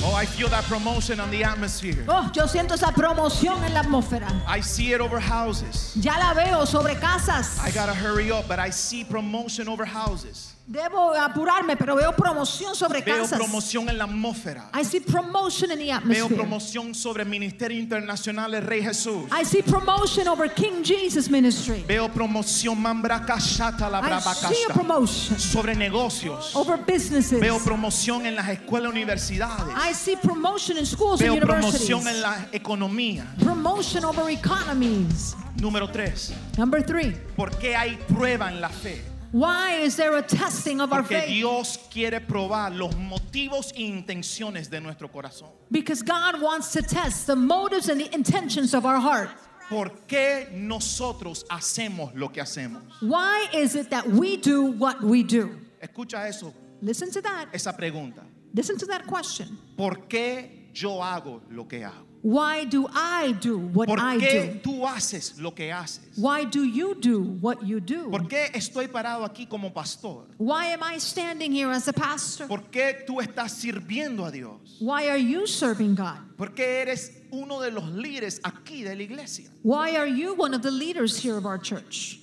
Speaker 3: Oh, I feel that promotion on the atmosphere.
Speaker 2: Oh, yo siento esa promoción en la atmósfera.
Speaker 3: I see it over houses.
Speaker 2: Ya la veo sobre casas.
Speaker 3: I gotta hurry up, but I see promotion over houses.
Speaker 2: Debo apurarme, pero veo promoción sobre
Speaker 3: Veo
Speaker 2: casas.
Speaker 3: promoción en la atmósfera.
Speaker 2: I see promotion in the
Speaker 3: Veo
Speaker 2: atmosphere.
Speaker 3: promoción sobre el Ministerio Internacional del Rey Jesús.
Speaker 2: I see promotion over King Jesus ministry.
Speaker 3: Veo promoción Mambracachata la
Speaker 2: I see a
Speaker 3: Brabacasta
Speaker 2: promotion
Speaker 3: sobre negocios.
Speaker 2: over businesses.
Speaker 3: Veo promoción en las escuelas universidades.
Speaker 2: I see promotion in schools and
Speaker 3: Veo
Speaker 2: universities.
Speaker 3: promoción en la economía.
Speaker 2: Promotion over economies.
Speaker 3: Número tres.
Speaker 2: Number three.
Speaker 3: ¿Por qué hay prueba en la fe?
Speaker 2: Why is there a testing of our
Speaker 3: Porque
Speaker 2: faith?
Speaker 3: Dios quiere probar los motivos e intenciones de nuestro corazón.
Speaker 2: Because God wants to test the motives and the intentions of our heart.
Speaker 3: ¿Por qué nosotros hacemos lo que hacemos?
Speaker 2: Why is it that we do what we do?
Speaker 3: Escucha eso,
Speaker 2: Listen to that.
Speaker 3: esa pregunta.
Speaker 2: Listen to that question.
Speaker 3: ¿Por qué yo hago lo que hago?
Speaker 2: Why do I do what
Speaker 3: ¿Por
Speaker 2: I do?
Speaker 3: qué tú haces lo que haces?
Speaker 2: Why do you do what you do?
Speaker 3: ¿Por qué estoy parado aquí como pastor?
Speaker 2: Why am I standing here as a pastor?
Speaker 3: ¿Por qué tú estás sirviendo a Dios?
Speaker 2: Why are you serving God?
Speaker 3: ¿Por qué eres uno de los líderes aquí de la iglesia?
Speaker 2: Why are you one of the leaders here of our church?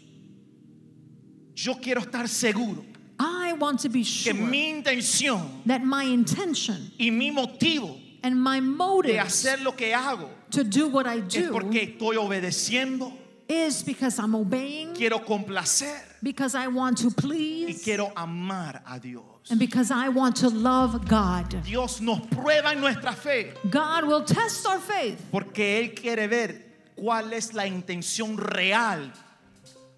Speaker 3: Yo quiero estar seguro
Speaker 2: I want to be sure
Speaker 3: que mi intención
Speaker 2: that my intention
Speaker 3: y mi motivo
Speaker 2: and my
Speaker 3: de
Speaker 2: motive
Speaker 3: hacer lo que hago
Speaker 2: to do what I
Speaker 3: es
Speaker 2: do
Speaker 3: porque estoy obedeciendo,
Speaker 2: is because I'm obeying,
Speaker 3: quiero complacer
Speaker 2: because I want to
Speaker 3: y
Speaker 2: please,
Speaker 3: quiero amar a Dios.
Speaker 2: and because I want to love God.
Speaker 3: Dios nos prueba en nuestra fe
Speaker 2: God will test our faith
Speaker 3: porque Él quiere ver cuál es la intención real.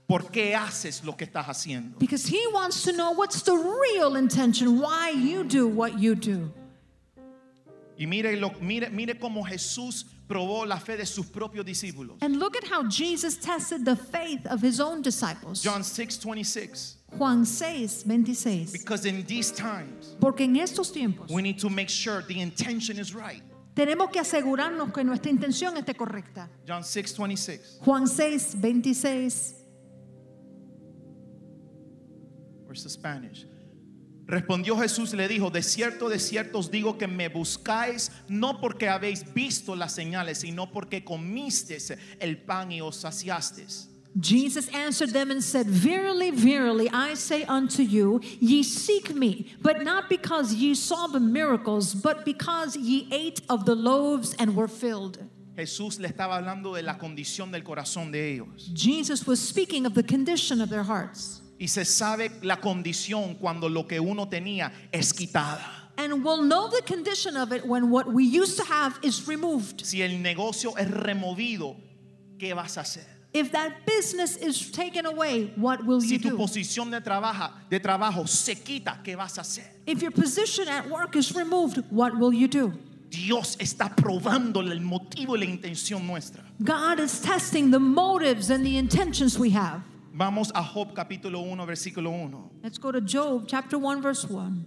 Speaker 3: ¿Por qué haces lo que estás haciendo?
Speaker 2: because He wants to know what's the real intention, why you do what you do.
Speaker 3: Y mire, lo, mire, mire cómo Jesús probó la fe de sus propios discípulos.
Speaker 2: And look at how Jesus tested the faith of his own disciples.
Speaker 3: John 6, 26.
Speaker 2: Juan 6, 26.
Speaker 3: Because in these times,
Speaker 2: Porque en estos tiempos
Speaker 3: we need to make sure the intention is right.
Speaker 2: tenemos que asegurarnos que nuestra intención esté correcta.
Speaker 3: John 6, 26.
Speaker 2: Juan 6, 26.
Speaker 3: Where's the Spanish? Respondió Jesús y le dijo, de cierto, de cierto os digo que me buscáis no porque habéis visto las señales, sino porque comisteis el pan y os saciasteis.
Speaker 2: Jesus answered them and said, Verily, verily, I say unto you, ye seek me, but not because ye saw the miracles, but because ye ate of the loaves and were filled.
Speaker 3: Jesús le estaba hablando de la condición del corazón de ellos.
Speaker 2: Jesus was speaking of the condition of their hearts.
Speaker 3: Y se sabe la condición cuando lo que uno tenía es quitada.
Speaker 2: And we'll know the condition of it when what we used to have is removed.
Speaker 3: Si el negocio es removido, ¿qué vas a hacer?
Speaker 2: If that business is taken away, what will
Speaker 3: Si
Speaker 2: you
Speaker 3: tu
Speaker 2: do?
Speaker 3: posición de, trabaja, de trabajo se quita, ¿qué vas a hacer?
Speaker 2: If your position at work is removed, what will you do?
Speaker 3: Dios está probando el motivo y la intención nuestra.
Speaker 2: God is testing the motives and the intentions we have.
Speaker 3: Vamos a Job capítulo 1, versículo 1.
Speaker 2: Let's go to Job chapter 1, verse 1.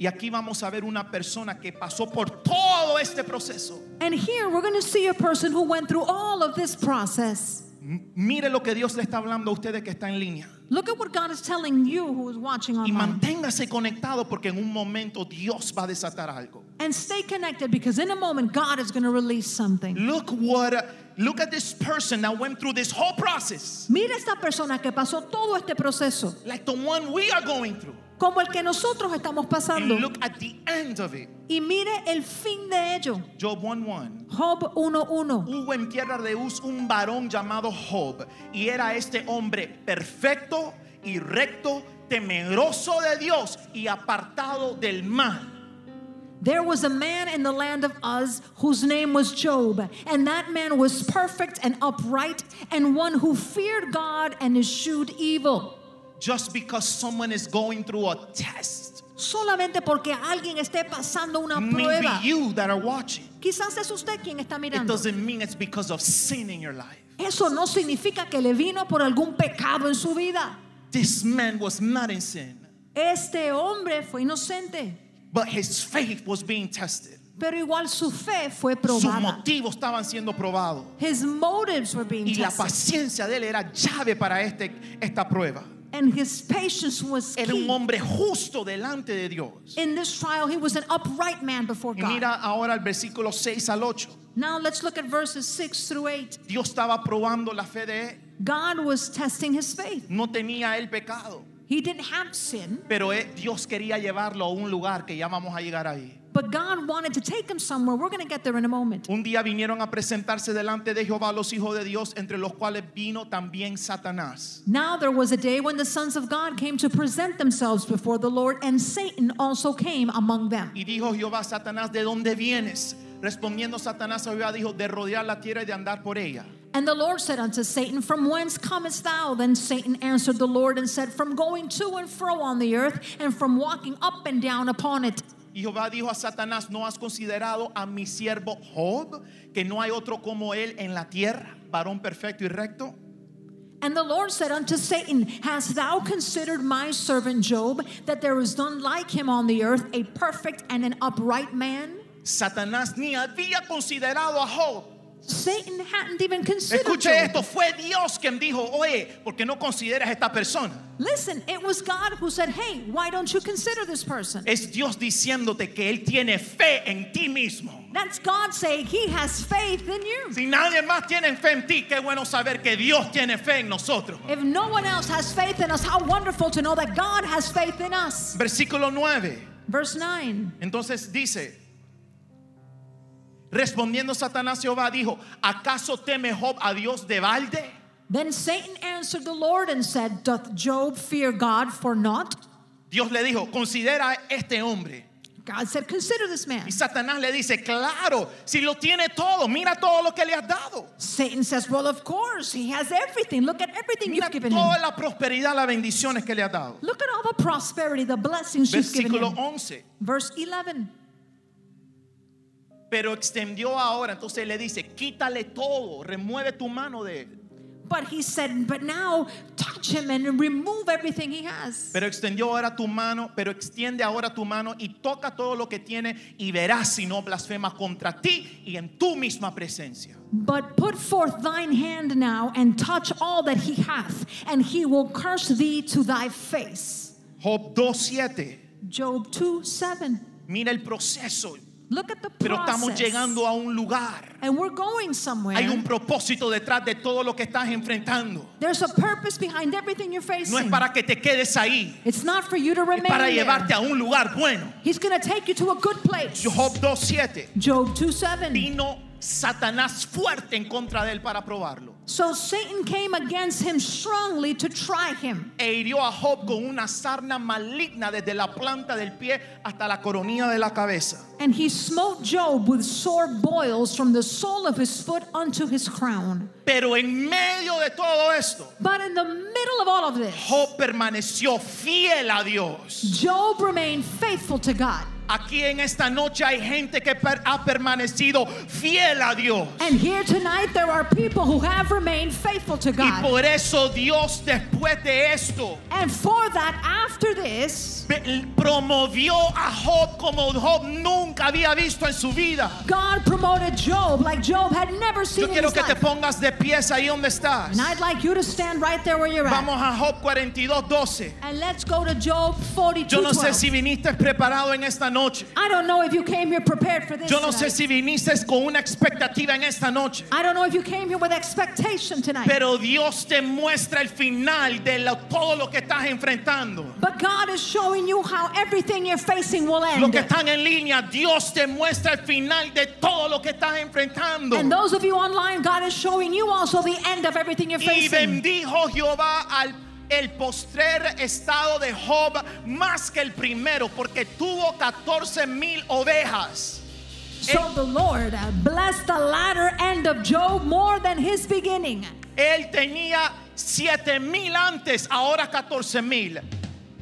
Speaker 3: Y aquí vamos a ver una persona que pasó por todo este proceso.
Speaker 2: And here we're going to see a person who went through all of this process.
Speaker 3: M- Mire lo que Dios le está hablando a ustedes que está en línea.
Speaker 2: Look at what God is telling you who is watching
Speaker 3: Y
Speaker 2: online.
Speaker 3: manténgase conectado porque en un momento Dios va a desatar algo.
Speaker 2: And stay connected because in a moment God is going to release something.
Speaker 3: Look what look at this person that went through this whole process.
Speaker 2: Mira esta persona que pasó todo este proceso,
Speaker 3: Like the one we are going through.
Speaker 2: como el que nosotros estamos
Speaker 3: And
Speaker 2: pasando.
Speaker 3: look at the end of it.
Speaker 2: Y mire el fin de ello.
Speaker 3: Job 1:1.
Speaker 2: Job 1.1.
Speaker 3: Hubo en tierra de Uz un varón llamado Job, y era este hombre perfecto y recto, temeroso de Dios y apartado del mal.
Speaker 2: There was a man in the land of Uz whose name was Job, and that man was perfect and upright, and one who feared God and eschewed evil.
Speaker 3: Just because someone is going through a test,
Speaker 2: Solamente porque alguien esté pasando una
Speaker 3: maybe
Speaker 2: prueba,
Speaker 3: you that are watching,
Speaker 2: quizás es usted quien está
Speaker 3: it
Speaker 2: mirando.
Speaker 3: doesn't mean it's because of sin in your life.
Speaker 2: Eso no significa que le vino por algún pecado en su vida.
Speaker 3: This man was not in sin,
Speaker 2: Este hombre fue inocente,
Speaker 3: but his faith was being tested.
Speaker 2: pero igual su fe fue
Speaker 3: Sus
Speaker 2: probada.
Speaker 3: motivos estaban siendo probados.
Speaker 2: His motives were being
Speaker 3: Y la
Speaker 2: tested,
Speaker 3: paciencia de él era llave para este, esta prueba.
Speaker 2: and his patience was
Speaker 3: Era un
Speaker 2: key.
Speaker 3: hombre justo delante de Dios.
Speaker 2: In this trial, he was an upright man before
Speaker 3: Y
Speaker 2: God.
Speaker 3: mira ahora el versículo 6 al 8.
Speaker 2: Now let's look at verses 6 through 8.
Speaker 3: Dios estaba probando la fe de él.
Speaker 2: God was testing his faith.
Speaker 3: No tenía él pecado,
Speaker 2: He didn't have sin,
Speaker 3: pero él- Dios quería llevarlo a un lugar que ya vamos a llegar ahí.
Speaker 2: but God wanted to take him somewhere. We're going to get there in a moment.
Speaker 3: Un día vinieron a presentarse delante de Jehová los hijos de Dios, entre los cuales vino también Satanás.
Speaker 2: Now there was a day when the sons of God came to present themselves before the Lord, and Satan also came among them.
Speaker 3: Y dijo Jehová a Satanás, ¿de dónde vienes? Respondiendo Satanás a Jehová dijo, de rodear la tierra y de andar por ella.
Speaker 2: And the Lord said unto Satan, From whence comest thou? Then Satan answered the Lord and said, From going to and fro on the earth, and from walking up and down upon it.
Speaker 3: Y Jehová dijo a Satanás, ¿no has considerado a mi siervo Job, que no hay otro como él en la tierra, varón perfecto y recto?
Speaker 2: And the Lord said unto Satan, Hast thou considered my servant Job, that there is none like him on the earth, a perfect and an upright man?
Speaker 3: Satanás ni había considerado a Job.
Speaker 2: Satan hadn't even considered
Speaker 3: Escuche esto,
Speaker 2: Job.
Speaker 3: fue Dios quien dijo, oye, ¿por qué no consideras a esta persona?
Speaker 2: Listen, it was God who said, Hey, why don't you consider this person?
Speaker 3: Es Dios diciéndote que Él tiene fe en ti mismo.
Speaker 2: That's God saying he has faith in you.
Speaker 3: Si nadie más tiene fe en ti, qué bueno saber que Dios tiene fe en nosotros.
Speaker 2: If no one else has faith in us, how wonderful to know that God has faith in us.
Speaker 3: Versículo 9.
Speaker 2: Verse 9.
Speaker 3: Entonces dice, respondiendo Satanás Jehová dijo, ¿acaso teme Job a Dios de balde?
Speaker 2: Then Satan answered the Lord and said, Doth Job fear God for naught?
Speaker 3: Dios le dijo, considera a este hombre.
Speaker 2: God said, Consider this man.
Speaker 3: Y Satanás le dice, claro, si lo tiene todo, mira todo lo que le has dado.
Speaker 2: Satan says, Well, of course, he has everything. Look at everything
Speaker 3: Mira
Speaker 2: you've given him.
Speaker 3: toda la prosperidad, las bendiciones que le has dado.
Speaker 2: Look at all the prosperity, the blessings you've given
Speaker 3: Versículo
Speaker 2: him.
Speaker 3: 11.
Speaker 2: Verse 11.
Speaker 3: Pero extendió ahora, entonces le dice, quítale todo, remueve tu mano de él.
Speaker 2: But he said, But now touch him and remove everything he has.
Speaker 3: Pero extendió ahora tu mano, pero extiende ahora tu mano y toca todo lo que tiene y verás si no blasfema contra ti y en tu misma presencia.
Speaker 2: But put forth thine hand now and touch all that he hath, and he will curse thee to thy face.
Speaker 3: Job 2.7,
Speaker 2: Job 2 7.
Speaker 3: mira el proceso,
Speaker 2: Look at the
Speaker 3: pero estamos
Speaker 2: process.
Speaker 3: llegando a un lugar.
Speaker 2: and we're going somewhere.
Speaker 3: Hay un propósito detrás de todo lo que estás enfrentando.
Speaker 2: There's a purpose behind everything you're facing.
Speaker 3: No es para que te quedes ahí,
Speaker 2: it's not for you to remain
Speaker 3: es para
Speaker 2: there.
Speaker 3: llevarte a un lugar bueno.
Speaker 2: He's going to take you to a good place.
Speaker 3: Job 2.7,
Speaker 2: Job 2 7.
Speaker 3: vino Satanás fuerte en contra de él para probarlo.
Speaker 2: So Satan came against him strongly to try him.
Speaker 3: e hirió a Job con una sarna maligna desde la planta del pie hasta la coronilla de la cabeza.
Speaker 2: And he smote Job with sore boils from the sole of his foot unto his crown.
Speaker 3: Pero en medio de todo esto,
Speaker 2: But in the middle of all of this,
Speaker 3: Job permaneció fiel a Dios.
Speaker 2: Job remained faithful to God.
Speaker 3: Aquí en esta noche hay gente que per- ha permanecido fiel a Dios.
Speaker 2: And here tonight, there are people who have remained faithful to
Speaker 3: Y
Speaker 2: God.
Speaker 3: por eso Dios después de esto
Speaker 2: And for that, after this,
Speaker 3: pe- promovió a Job como Job nunca había visto en su vida.
Speaker 2: God promoted Job like Job had never
Speaker 3: Yo
Speaker 2: seen in
Speaker 3: quiero
Speaker 2: his
Speaker 3: que te
Speaker 2: life.
Speaker 3: pongas de pies ahí donde estás.
Speaker 2: And I'd like you to stand right there where you're at.
Speaker 3: Vamos a Job 42, 12.
Speaker 2: And let's go to Job
Speaker 3: Yo no sé
Speaker 2: 42:12.
Speaker 3: si viniste preparado en esta noche.
Speaker 2: I don't know if you came here prepared for this.
Speaker 3: Yo no sé
Speaker 2: tonight.
Speaker 3: si viniste con una expectativa en esta noche.
Speaker 2: I don't know if you came here with expectation tonight.
Speaker 3: Pero Dios te muestra el final de lo- todo lo que estás enfrentando.
Speaker 2: But God is showing you how everything you're facing will
Speaker 3: Los
Speaker 2: end.
Speaker 3: que están en línea, Dios te muestra el final de todo lo que estás
Speaker 2: And
Speaker 3: enfrentando.
Speaker 2: those of you online, God is showing you also the end of everything you're
Speaker 3: Y
Speaker 2: facing.
Speaker 3: bendijo Jehová al el postrer estado de Job más que el primero, porque tuvo 14 mil ovejas.
Speaker 2: So the Lord uh, blessed the latter end of Job more than his beginning.
Speaker 3: Él tenía 7 mil antes, ahora 14 mil.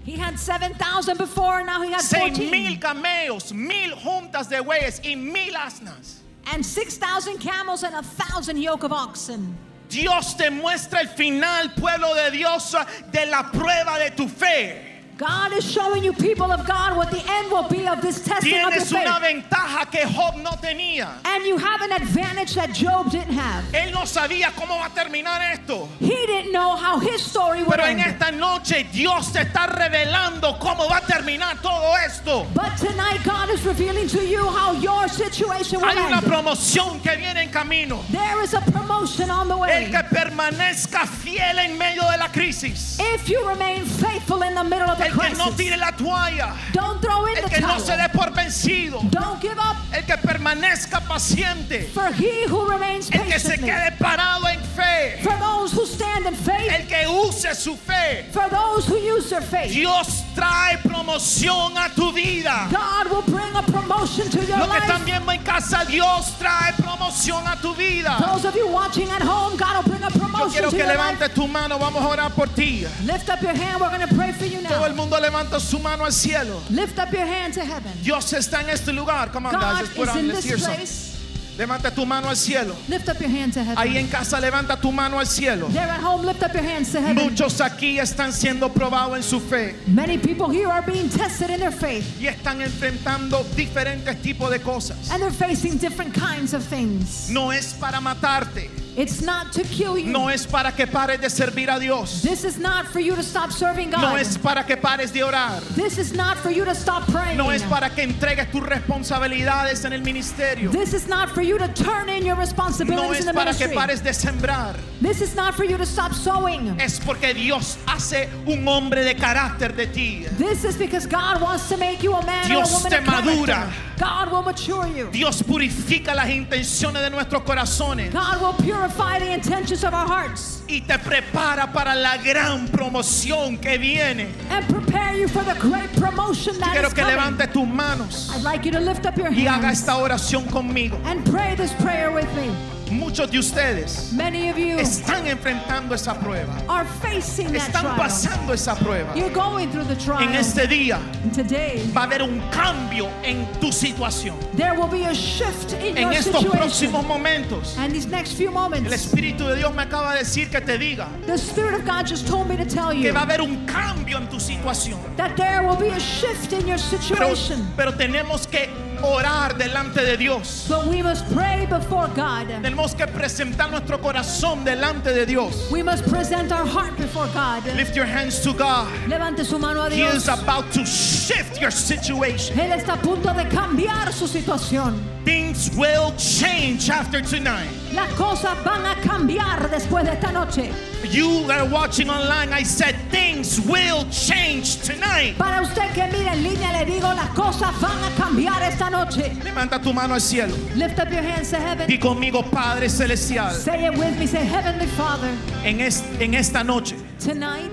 Speaker 2: He had 7,000 before, now he has
Speaker 3: Seis mil
Speaker 2: 14.
Speaker 3: cameos, mil juntas de bueyes y mil asnas.
Speaker 2: And 6,000 camels and a 1,000 yoke of oxen.
Speaker 3: Dios te muestra el final, pueblo de Dios, de la prueba de tu fe.
Speaker 2: God is showing you, people of God, what the end will be of this testing of your
Speaker 3: Tienes una
Speaker 2: faith.
Speaker 3: ventaja que Job no tenía.
Speaker 2: And you have an advantage that Job didn't have.
Speaker 3: Él no sabía cómo va a terminar esto.
Speaker 2: He didn't know how his story would
Speaker 3: Pero en
Speaker 2: end.
Speaker 3: esta noche Dios te está revelando cómo va a terminar todo esto.
Speaker 2: But tonight, God is revealing to you how your situation will
Speaker 3: Hay una
Speaker 2: end.
Speaker 3: promoción que viene en camino.
Speaker 2: There is a promotion on the
Speaker 3: El
Speaker 2: way.
Speaker 3: que permanezca fiel en medio de la crisis.
Speaker 2: If you remain faithful in the middle of the
Speaker 3: El que no
Speaker 2: crisis,
Speaker 3: tire la toalla.
Speaker 2: don't throw in
Speaker 3: El
Speaker 2: the
Speaker 3: que no se
Speaker 2: towel.
Speaker 3: dé por vencido.
Speaker 2: Don't give up.
Speaker 3: El que permanezca paciente.
Speaker 2: For he who remains
Speaker 3: El que se
Speaker 2: patiently,
Speaker 3: quede parado en fe.
Speaker 2: for those who stand in faith,
Speaker 3: El que use su fe.
Speaker 2: for those who use their faith,
Speaker 3: Dios trae promoción a tu vida.
Speaker 2: God will bring a promotion to your
Speaker 3: Lo que
Speaker 2: life.
Speaker 3: también va en casa, Dios trae promoción a tu vida.
Speaker 2: Those of you watching at home, God will bring a
Speaker 3: Yo
Speaker 2: promotion
Speaker 3: quiero
Speaker 2: to
Speaker 3: que
Speaker 2: your life.
Speaker 3: levantes tu mano. Vamos a orar por ti.
Speaker 2: Lift up your hand. We're going to pray for you
Speaker 3: Todo el
Speaker 2: now.
Speaker 3: mundo levanta su mano al cielo.
Speaker 2: Lift up your hand to heaven.
Speaker 3: Dios está en este lugar. Come on, guys,
Speaker 2: God
Speaker 3: just put
Speaker 2: is
Speaker 3: on,
Speaker 2: in
Speaker 3: let's hear
Speaker 2: this
Speaker 3: something.
Speaker 2: place.
Speaker 3: Levanta tu mano al cielo.
Speaker 2: Lift up your hand to heaven.
Speaker 3: Ahí en casa, levanta tu mano al cielo.
Speaker 2: There at home, lift up your hands to heaven.
Speaker 3: Muchos aquí están siendo probados en su fe
Speaker 2: Many people here are being tested in their faith,
Speaker 3: y están enfrentando diferentes tipos de cosas.
Speaker 2: and they're facing different kinds of things.
Speaker 3: No es para matarte,
Speaker 2: It's not to kill you.
Speaker 3: no es para que pares de servir a Dios,
Speaker 2: This is not for you to stop serving God.
Speaker 3: no es para que pares de orar,
Speaker 2: This is not for you to stop praying.
Speaker 3: no es para que entregues tus responsabilidades en el ministerio,
Speaker 2: This is not for you to turn in your responsibilities
Speaker 3: no es
Speaker 2: in the
Speaker 3: para que
Speaker 2: ministry.
Speaker 3: pares de sembrar.
Speaker 2: This is not for you to stop sowing.
Speaker 3: Es porque Dios hace un hombre de carácter de ti.
Speaker 2: This is because God wants to make you a man
Speaker 3: Dios
Speaker 2: or a woman
Speaker 3: te
Speaker 2: of character.
Speaker 3: madura.
Speaker 2: God will mature you.
Speaker 3: Dios purifica las intenciones de nuestros corazones
Speaker 2: God will purify the intentions of our hearts
Speaker 3: y te prepara para la gran promoción que viene.
Speaker 2: and prepare you for the great promotion that
Speaker 3: Quiero
Speaker 2: is
Speaker 3: que
Speaker 2: coming.
Speaker 3: levantes tus manos
Speaker 2: I'd like you to lift up your
Speaker 3: y haga
Speaker 2: hands
Speaker 3: esta oración conmigo.
Speaker 2: and pray this prayer with me.
Speaker 3: Muchos de ustedes
Speaker 2: Many of you
Speaker 3: están enfrentando esa prueba.
Speaker 2: are facing that
Speaker 3: Están
Speaker 2: trial.
Speaker 3: pasando esa prueba.
Speaker 2: You're going through the trial.
Speaker 3: En este día
Speaker 2: And Today,
Speaker 3: va a haber un cambio en tu situación.
Speaker 2: there will be a shift in
Speaker 3: En
Speaker 2: your
Speaker 3: estos
Speaker 2: situation.
Speaker 3: próximos momentos,
Speaker 2: And these next few
Speaker 3: el
Speaker 2: moments,
Speaker 3: Espíritu de Dios me acaba de decir que te diga
Speaker 2: the Spirit of God just told me to tell
Speaker 3: que
Speaker 2: you
Speaker 3: va a haber un cambio en tu situación.
Speaker 2: that there will be a shift in your
Speaker 3: Pero,
Speaker 2: situation.
Speaker 3: pero tenemos que orar delante de Dios.
Speaker 2: But we must pray before God.
Speaker 3: Tenemos que presentar nuestro corazón delante de Dios.
Speaker 2: We must present our heart before God.
Speaker 3: Lift your hands to God.
Speaker 2: Levante su mano a
Speaker 3: He is
Speaker 2: Dios.
Speaker 3: about to shift your situation.
Speaker 2: Él está a punto de cambiar su situación.
Speaker 3: Things will change after tonight.
Speaker 2: Las cosas van a cambiar después de esta noche.
Speaker 3: You are watching online. I said things will change tonight.
Speaker 2: Para usted que mira en línea, le digo, las cosas van a cambiar esta noche.
Speaker 3: Levanta tu mano al cielo.
Speaker 2: Lift up your hands to heaven.
Speaker 3: Di conmigo, Padre Celestial.
Speaker 2: Say it with me. Say, Heavenly Father,
Speaker 3: En, es- en esta noche
Speaker 2: tonight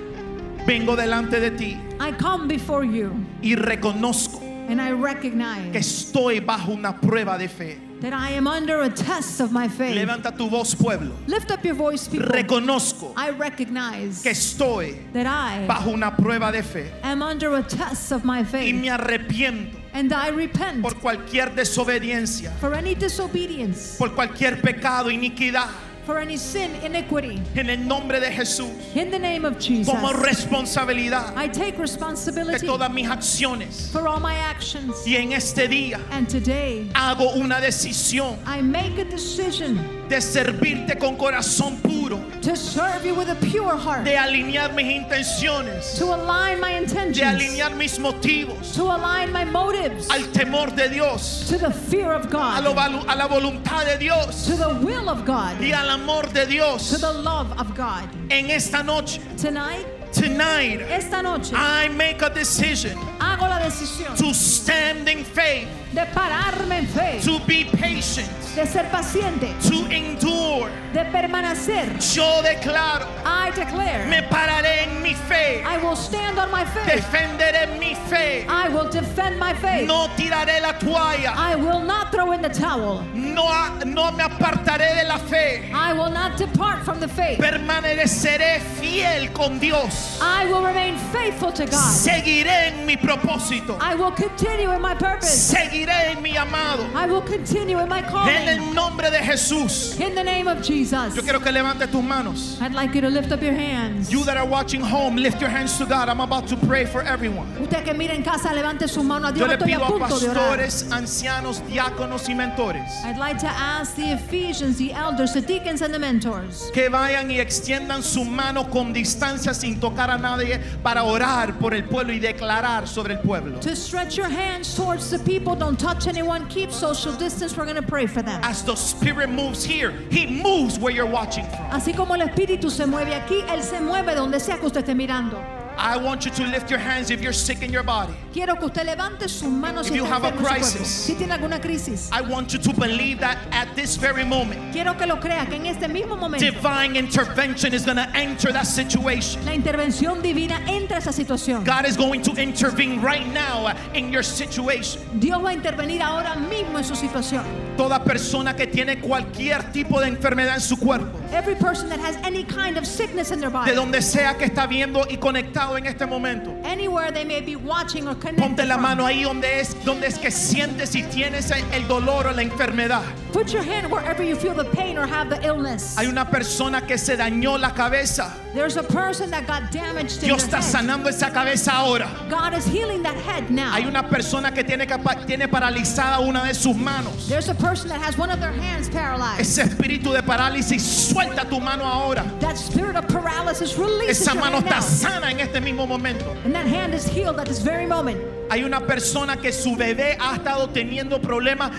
Speaker 3: vengo delante de ti
Speaker 2: I come before you
Speaker 3: y reconozco
Speaker 2: and I
Speaker 3: que
Speaker 2: recognize
Speaker 3: estoy bajo una prueba de fe.
Speaker 2: that I am under a test of my faith.
Speaker 3: Levanta tu voz, pueblo.
Speaker 2: Lift up your voice, people.
Speaker 3: Reconozco
Speaker 2: I recognize
Speaker 3: que estoy
Speaker 2: that I
Speaker 3: bajo una prueba de fe
Speaker 2: am under a test of my
Speaker 3: y
Speaker 2: faith
Speaker 3: me arrepiento
Speaker 2: and I repent
Speaker 3: por cualquier desobediencia,
Speaker 2: for any disobedience,
Speaker 3: por cualquier pecado, iniquidad.
Speaker 2: for any sin, iniquity.
Speaker 3: En el nombre de Jesús,
Speaker 2: In the name of Jesus,
Speaker 3: como responsabilidad
Speaker 2: I take
Speaker 3: de
Speaker 2: responsibility
Speaker 3: todas mis acciones.
Speaker 2: for all my actions.
Speaker 3: Y en este día
Speaker 2: And today,
Speaker 3: hago una decisión
Speaker 2: I make a decision
Speaker 3: de servirte con corazón puro,
Speaker 2: to serve you with a pure heart,
Speaker 3: de alinear mis intenciones,
Speaker 2: to align my
Speaker 3: de
Speaker 2: intentions,
Speaker 3: alinear mis motivos
Speaker 2: to align my motives
Speaker 3: al temor de Dios,
Speaker 2: to the fear of
Speaker 3: a, lo
Speaker 2: God,
Speaker 3: valu- a la voluntad de Dios
Speaker 2: to the will of God,
Speaker 3: y al amor de
Speaker 2: to
Speaker 3: Dios.
Speaker 2: the love of God.
Speaker 3: En esta noche,
Speaker 2: Tonight,
Speaker 3: tonight,
Speaker 2: esta noche,
Speaker 3: I make a decision
Speaker 2: hago la decisión
Speaker 3: to stand in faith,
Speaker 2: de pararme en fe,
Speaker 3: to be patient,
Speaker 2: de ser paciente,
Speaker 3: to endure.
Speaker 2: de permanecer.
Speaker 3: Yo declaro,
Speaker 2: I declare,
Speaker 3: me pararé en mi fe,
Speaker 2: I will stand on my faith.
Speaker 3: defenderé mi fe,
Speaker 2: I will defend my faith.
Speaker 3: no tiraré la toalla.
Speaker 2: I will not throw in the towel.
Speaker 3: No, no me apartaré de la fe.
Speaker 2: I will not depart from the faith.
Speaker 3: Permaneceré fiel con Dios.
Speaker 2: I will remain faithful to God.
Speaker 3: Seguiré en mi propósito.
Speaker 2: I will continue in my purpose.
Speaker 3: Seguiré en mi llamado.
Speaker 2: I will continue in my
Speaker 3: En
Speaker 2: calling.
Speaker 3: el nombre de Jesús.
Speaker 2: In the name of Jesus.
Speaker 3: Yo quiero que levantes tus manos.
Speaker 2: I'd like you to lift up your hands.
Speaker 3: You that are watching home, lift your hands to God. I'm about to pray for everyone.
Speaker 2: Usted que mira en casa, levante su mano a
Speaker 3: Yo
Speaker 2: Dios.
Speaker 3: le
Speaker 2: Estoy a
Speaker 3: pido a
Speaker 2: punto de orar.
Speaker 3: pastores, ancianos, diáconos y mentores
Speaker 2: I'd like to ask the Ephesians, the elders, the deacons, and the mentors
Speaker 3: que vayan y extiendan su mano con distancia sin tocar a nadie para orar por el pueblo y declarar sobre el pueblo.
Speaker 2: to stretch your hands towards the people. Don't touch anyone. Keep social distance. We're going to pray for them.
Speaker 3: As the Spirit moves here, He moves where you're watching from.
Speaker 2: Así como el Espíritu se mueve aquí, Él se mueve donde sea que usted esté mirando.
Speaker 3: I want you to lift your hands if you're sick in your body.
Speaker 2: Quiero que usted levante sus manos
Speaker 3: If
Speaker 2: si
Speaker 3: you
Speaker 2: está
Speaker 3: have a
Speaker 2: enfermo en su cuerpo.
Speaker 3: crisis.
Speaker 2: Si tiene alguna crisis,
Speaker 3: I want you to believe that at this very moment,
Speaker 2: quiero que lo crea que en este mismo momento
Speaker 3: divine intervention is going to enter that situation.
Speaker 2: la intervención divina entra a esa situación.
Speaker 3: God is going to intervene right now uh, in your situation.
Speaker 2: Dios va a intervenir ahora mismo en su situación.
Speaker 3: Toda persona que tiene cualquier tipo de enfermedad en su cuerpo,
Speaker 2: Every person that has any kind of sickness in their
Speaker 3: de
Speaker 2: body,
Speaker 3: donde sea que está viendo y conectado en este momento,
Speaker 2: anywhere they may be watching or connected,
Speaker 3: ponte la
Speaker 2: from,
Speaker 3: mano ahí donde es, donde es que sientes y tienes el- el dolor o la enfermedad.
Speaker 2: put your hand wherever you feel the pain or have the illness.
Speaker 3: Hay una persona que se dañó la cabeza.
Speaker 2: There's a person that got damaged in
Speaker 3: Dios
Speaker 2: their
Speaker 3: está
Speaker 2: head.
Speaker 3: sanando esa cabeza ahora.
Speaker 2: God is healing that head now.
Speaker 3: Hay una persona que tiene, capa- tiene paralizada una de sus manos.
Speaker 2: There's a person that has one of their hands paralyzed.
Speaker 3: Ese espíritu de parálisis, suelta tu mano ahora.
Speaker 2: That spirit of paralysis releases
Speaker 3: Esa
Speaker 2: your
Speaker 3: mano
Speaker 2: hand
Speaker 3: está
Speaker 2: now.
Speaker 3: sana en este mismo momento.
Speaker 2: And that hand is healed at this very moment.
Speaker 3: Hay una persona que su bebé ha estado teniendo problemas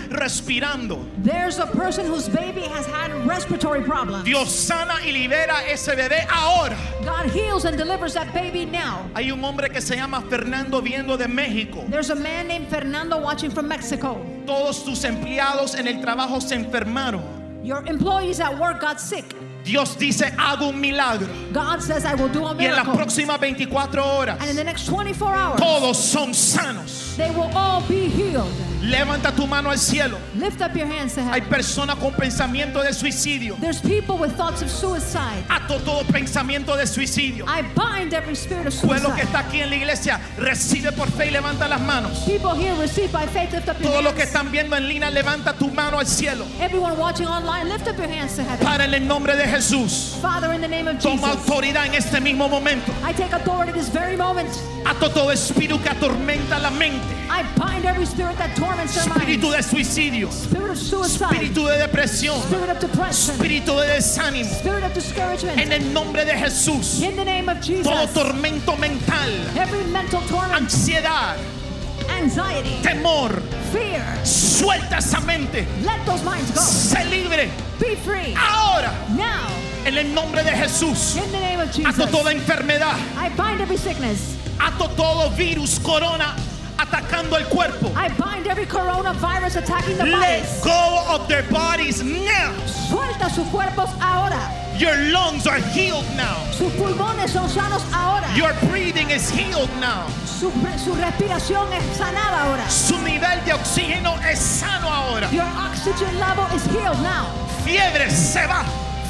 Speaker 3: respirando.
Speaker 2: There's a person whose baby has had respiratory problems.
Speaker 3: Dios sana y libera ese bebé ahora.
Speaker 2: God heals and delivers that baby now.
Speaker 3: Hay un hombre que se llama Fernando Viendo de México.
Speaker 2: There's a man named Fernando watching from Mexico.
Speaker 3: Todos tus empleados en el trabajo se enfermaron.
Speaker 2: Your employees at work got sick.
Speaker 3: Dios dice, hago un milagro.
Speaker 2: God says, I will do a
Speaker 3: Y en las
Speaker 2: miracle.
Speaker 3: próximas 24 horas,
Speaker 2: And in the next 24 hours,
Speaker 3: todos son sanos.
Speaker 2: they will all be healed.
Speaker 3: Levanta tu mano al cielo.
Speaker 2: Lift up your hands to
Speaker 3: Hay
Speaker 2: heaven.
Speaker 3: personas con pensamiento de suicidio.
Speaker 2: There's people with thoughts of suicide.
Speaker 3: Ato todo pensamiento de suicidio.
Speaker 2: I bind every spirit of
Speaker 3: Pueblo que
Speaker 2: suicide.
Speaker 3: está aquí en la iglesia, recibe por fe y levanta las manos.
Speaker 2: People here receive by faith. Lift up your
Speaker 3: Todos los que
Speaker 2: hands.
Speaker 3: están viendo en línea, levanta tu mano al cielo.
Speaker 2: Everyone watching online, lift up your hands to heaven.
Speaker 3: Para en el nombre de Jesús.
Speaker 2: Father, in the name of
Speaker 3: Toma
Speaker 2: Jesus,
Speaker 3: autoridad en este mismo momento.
Speaker 2: I take authority this very moment.
Speaker 3: Ato todo espíritu que atormenta la mente.
Speaker 2: I bind every spirit that torments their
Speaker 3: Espíritu
Speaker 2: mind.
Speaker 3: de suicidio.
Speaker 2: Spirit of suicide.
Speaker 3: Espíritu de depresión.
Speaker 2: Spirit of depression.
Speaker 3: Espíritu de desánimo.
Speaker 2: Spirit of discouragement.
Speaker 3: En el nombre de Jesús.
Speaker 2: In the name of
Speaker 3: Todo
Speaker 2: Jesus,
Speaker 3: tormento mental.
Speaker 2: every mental torment,
Speaker 3: Ansiedad.
Speaker 2: anxiety,
Speaker 3: Temor.
Speaker 2: fear,
Speaker 3: Suelta esa mente.
Speaker 2: let those minds go.
Speaker 3: Sé libre.
Speaker 2: Be free
Speaker 3: Ah. Ahora.
Speaker 2: now.
Speaker 3: En el nombre de Jesús.
Speaker 2: In the name of
Speaker 3: Ato toda
Speaker 2: Jesus,
Speaker 3: enfermedad.
Speaker 2: I bind every sickness.
Speaker 3: Ato todo virus, corona. Atacando el cuerpo.
Speaker 2: I bind every coronavirus attacking the
Speaker 3: Let
Speaker 2: bodies.
Speaker 3: go of their bodies now.
Speaker 2: Suelta sus cuerpos ahora.
Speaker 3: Your lungs are healed now.
Speaker 2: Sus pulmones son sanos ahora.
Speaker 3: Your breathing is healed now.
Speaker 2: Su, pre- su respiración es sanada ahora.
Speaker 3: Su nivel de oxígeno es sano ahora.
Speaker 2: Your oxygen level is healed now.
Speaker 3: Fiebre se va.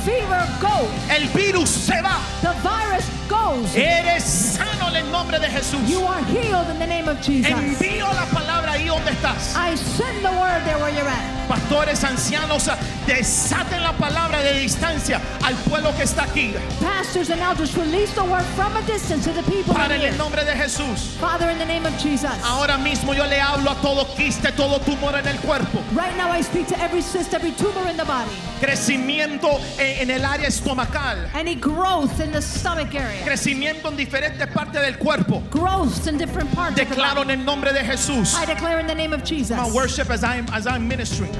Speaker 2: Fever goes.
Speaker 3: El virus se va.
Speaker 2: The virus goes.
Speaker 3: Eres sano en el nombre de
Speaker 2: You
Speaker 3: Jesús.
Speaker 2: are healed in the name of Jesus.
Speaker 3: Envío la palabra ahí donde estás.
Speaker 2: I send the word there where you're at.
Speaker 3: Pastores, ancianos, desaten la palabra de distancia al pueblo que está aquí.
Speaker 2: Pastors and elders, release the word from a distance to the people
Speaker 3: Padre, en
Speaker 2: here.
Speaker 3: el nombre de Jesús.
Speaker 2: Father, in the name of Jesus.
Speaker 3: Ahora mismo yo le hablo a todo quiste, todo tumor en el cuerpo.
Speaker 2: Right now, I speak to every cyst, every tumor in the body,
Speaker 3: Crecimiento eh, en el área estomacal.
Speaker 2: any growth in the stomach area,
Speaker 3: Crecimiento en diferentes partes del cuerpo.
Speaker 2: growths in different parts. Of the
Speaker 3: Declaro
Speaker 2: body.
Speaker 3: en el nombre de Jesús.
Speaker 2: I declare in the name of Jesus.
Speaker 3: My worship as I'm as I'm ministering.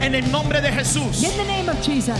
Speaker 3: En el nombre de Jesús.
Speaker 2: In the name of Jesus.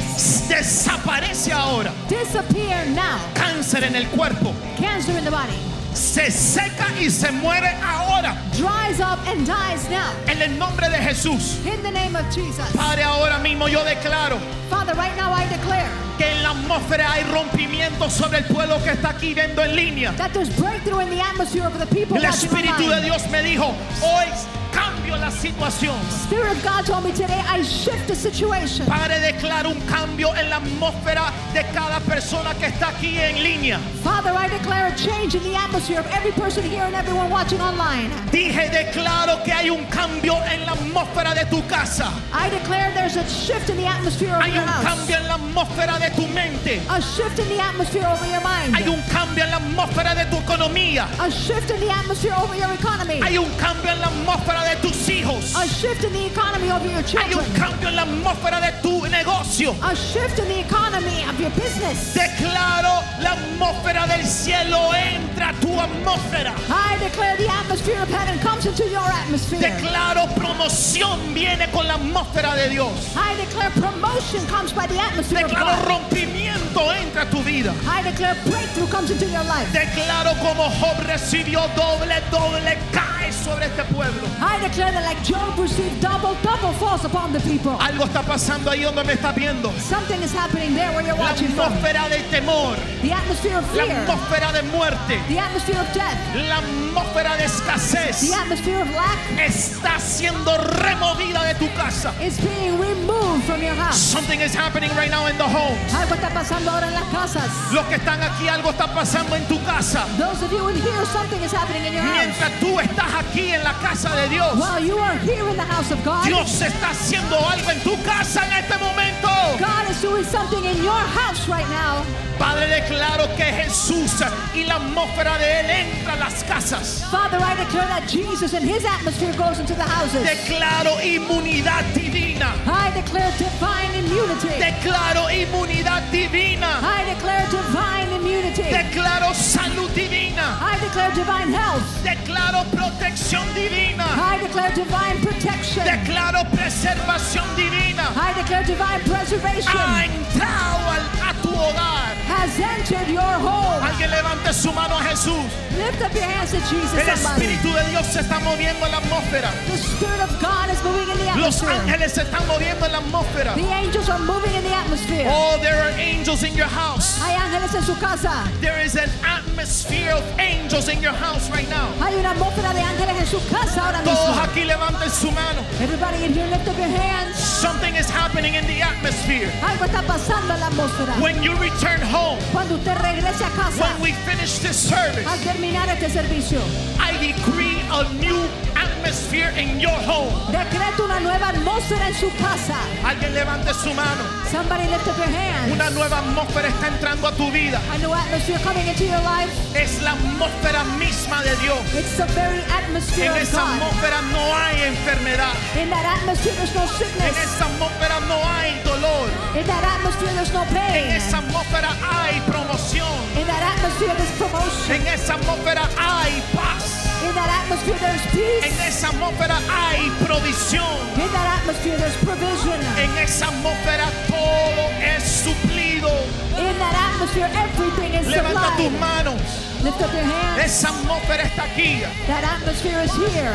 Speaker 3: Desaparece ahora.
Speaker 2: Disappear now.
Speaker 3: Cáncer en el cuerpo.
Speaker 2: Cancer in the body
Speaker 3: Se seca y se muere ahora.
Speaker 2: dries up and dies now.
Speaker 3: En el nombre de Jesús.
Speaker 2: In the name of Jesus.
Speaker 3: Padre, ahora mismo yo declaro
Speaker 2: Father, right now I declare
Speaker 3: que en la atmósfera hay rompimiento sobre el pueblo que está aquí viendo en línea.
Speaker 2: that there's breakthrough in the atmosphere of the people
Speaker 3: El
Speaker 2: watching
Speaker 3: Espíritu de
Speaker 2: online.
Speaker 3: Dios me dijo, hoy cambio la situación.
Speaker 2: Spirit of God told me today I shift the situation.
Speaker 3: Padre, declaro un cambio en la atmósfera de cada persona que está aquí en línea.
Speaker 2: Father, I declare a change in the atmosphere of every person here and everyone watching online.
Speaker 3: Dije, declaro que hay un cambio en la atmósfera de tu casa.
Speaker 2: I declare there's a shift in the atmosphere of
Speaker 3: Hay
Speaker 2: your
Speaker 3: un
Speaker 2: house.
Speaker 3: cambio en la atmósfera de tu mente.
Speaker 2: A shift in the atmosphere over your
Speaker 3: Hay
Speaker 2: mind.
Speaker 3: un cambio en la atmósfera de tu economía.
Speaker 2: A shift in the atmosphere over your economy.
Speaker 3: Hay un cambio en la atmósfera de tus hijos.
Speaker 2: A shift in the economy over your
Speaker 3: Hay un
Speaker 2: children.
Speaker 3: cambio en la atmósfera de tu negocio.
Speaker 2: A shift in the economy of your business.
Speaker 3: Declaro la atmósfera del cielo entra a tu atmósfera.
Speaker 2: I declare the atmosphere of heaven comes into your atmosphere.
Speaker 3: Declaro promoción viene con la atmósfera de Dios.
Speaker 2: I declare promotion comes by the atmosphere of
Speaker 3: Declaro
Speaker 2: God.
Speaker 3: rompimiento entra a tu vida.
Speaker 2: I declare breakthrough comes into your life.
Speaker 3: Declaro como Job recibió doble, doble cae sobre este pueblo.
Speaker 2: I declare that like Job received double, double falls upon the people.
Speaker 3: Algo está pasando ahí donde me estás viendo.
Speaker 2: Something is happening there where you're
Speaker 3: La
Speaker 2: watching from.
Speaker 3: atmósfera de temor,
Speaker 2: The atmosphere of
Speaker 3: la
Speaker 2: fear.
Speaker 3: atmósfera de muerte,
Speaker 2: The atmosphere of death.
Speaker 3: la atmósfera
Speaker 2: The
Speaker 3: de escasez
Speaker 2: atmosphere of lack
Speaker 3: está siendo removida de tu casa.
Speaker 2: is being removed from your house.
Speaker 3: Something is happening right now in the home.
Speaker 2: Algo está pasando ahora en las casas.
Speaker 3: Los que están aquí, algo está pasando en tu casa.
Speaker 2: Those of you in here, something is happening in your house.
Speaker 3: Mientras tú estás aquí en la casa de Dios,
Speaker 2: While you are here in the house of God,
Speaker 3: Dios está haciendo algo en tu casa en este momento.
Speaker 2: God is doing something in your house right now.
Speaker 3: Padre, declaro que Jesús y la atmósfera de Él entra a las casas.
Speaker 2: Father, I declare that Jesus and his atmosphere goes into the houses.
Speaker 3: Declaro inmunidad divina.
Speaker 2: I declare divine immunity.
Speaker 3: Declaro inmunidad divina.
Speaker 2: I declare divine immunity.
Speaker 3: Declaro salud divina.
Speaker 2: I declare divine health.
Speaker 3: Declaro protección divina.
Speaker 2: I declare divine protection.
Speaker 3: Declaro preservación divina.
Speaker 2: I declare divine
Speaker 3: Ha
Speaker 2: preservation
Speaker 3: entrado al- a tu hogar.
Speaker 2: has entered your home.
Speaker 3: Alguien levante su mano a Jesús.
Speaker 2: Lift up your dance at Jesus,
Speaker 3: El
Speaker 2: somebody.
Speaker 3: Espíritu de Dios se está moviendo en la atmósfera.
Speaker 2: The Spirit of God is moving in the
Speaker 3: Los
Speaker 2: atmosphere.
Speaker 3: ángeles se están moviendo en la atmósfera.
Speaker 2: The angels are moving in the atmosphere.
Speaker 3: Oh, there are angels in your house.
Speaker 2: Hay ángeles en su casa.
Speaker 3: There is an atmosphere of angels in your house right now.
Speaker 2: Hay una atmósfera de ángeles en su casa ahora
Speaker 3: Todos
Speaker 2: mismo.
Speaker 3: aquí levanten su mano.
Speaker 2: Everybody in here, lift up your hands.
Speaker 3: Something is happening in the atmosphere.
Speaker 2: Algo está pasando en la atmósfera.
Speaker 3: When you return home,
Speaker 2: Cuando usted regrese a casa,
Speaker 3: when we finish this
Speaker 2: al
Speaker 3: service,
Speaker 2: terminar este servicio,
Speaker 3: I decree a new atmosphere in your home.
Speaker 2: decreto una nueva atmósfera en su casa.
Speaker 3: Alguien levante su mano.
Speaker 2: Somebody lift up your hands.
Speaker 3: Una nueva atmósfera está entrando a tu vida.
Speaker 2: A new atmosphere coming into your life.
Speaker 3: Es la atmósfera misma de Dios.
Speaker 2: It's the very atmosphere
Speaker 3: En
Speaker 2: of
Speaker 3: esa
Speaker 2: God.
Speaker 3: atmósfera no hay enfermedad.
Speaker 2: In that atmosphere, there's no
Speaker 3: En
Speaker 2: sickness.
Speaker 3: esa atmósfera no hay dolor.
Speaker 2: In that atmosphere, there's no
Speaker 3: En
Speaker 2: pain.
Speaker 3: esa atmósfera hay promoción.
Speaker 2: In that atmosphere, there's promotion.
Speaker 3: En esa atmósfera hay paz.
Speaker 2: In that atmosphere, there's
Speaker 3: En
Speaker 2: peace.
Speaker 3: esa atmósfera hay provisión.
Speaker 2: In that atmosphere, there's provision.
Speaker 3: En esa atmósfera todo es suplido.
Speaker 2: In that atmosphere, everything is
Speaker 3: Levanta tus
Speaker 2: supplied.
Speaker 3: manos.
Speaker 2: Lift up your hands.
Speaker 3: Esa atmósfera está aquí.
Speaker 2: That atmosphere is here.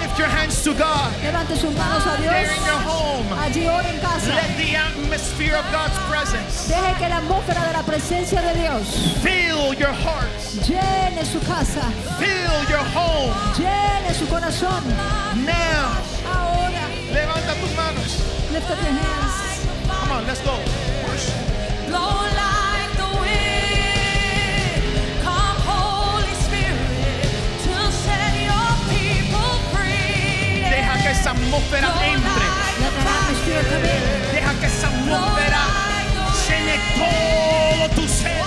Speaker 3: Lift your hands to God.
Speaker 2: Levante sus manos a
Speaker 3: There in your
Speaker 2: Dios.
Speaker 3: home.
Speaker 2: Allí ora en casa.
Speaker 3: Let the atmosphere of God's presence
Speaker 2: Deje que la atmósfera de la presencia de Dios
Speaker 3: fill your hearts,
Speaker 2: llene su casa,
Speaker 3: fill your home.
Speaker 2: llene su corazón.
Speaker 3: Now,
Speaker 2: Ahora,
Speaker 3: levanta tus manos.
Speaker 2: lift up your hands.
Speaker 3: Come on, let's go. Worship.
Speaker 4: Blow like the wind, come Holy Spirit to set your people free.
Speaker 3: Deja que esa atmósfera entre.
Speaker 2: Let that atmosphere come in.
Speaker 3: Deja que esa atmósfera llene todo tu ser.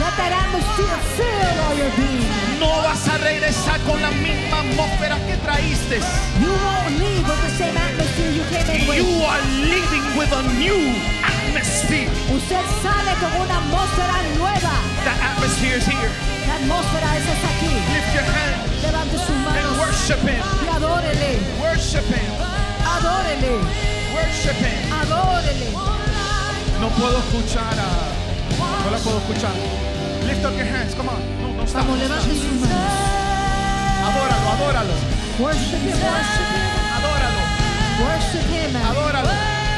Speaker 2: Let that atmosphere fill all your being.
Speaker 3: No vas a regresar con la misma atmósfera que traíste.
Speaker 2: You won't leave with the same atmosphere you came in
Speaker 3: You
Speaker 2: with.
Speaker 3: are living with a new atmosphere.
Speaker 2: Usted sale con una atmósfera nueva.
Speaker 3: That atmosphere is here.
Speaker 2: La atmósfera es hasta aquí.
Speaker 3: Lift your hands
Speaker 2: Levante sus
Speaker 3: and
Speaker 2: manos
Speaker 3: worship Him.
Speaker 2: y adórele,
Speaker 3: Worship Him.
Speaker 2: adórele,
Speaker 3: Worship Him.
Speaker 2: adórele.
Speaker 3: No puedo escuchar a. No la puedo escuchar. Lift up your hands. Come on. No, no stop.
Speaker 2: Vamos, levante sus manos.
Speaker 3: Adóralo, adóralo.
Speaker 2: Worship Him, worship Him,
Speaker 3: Adóralo.
Speaker 2: worship Him,
Speaker 3: Adóralo.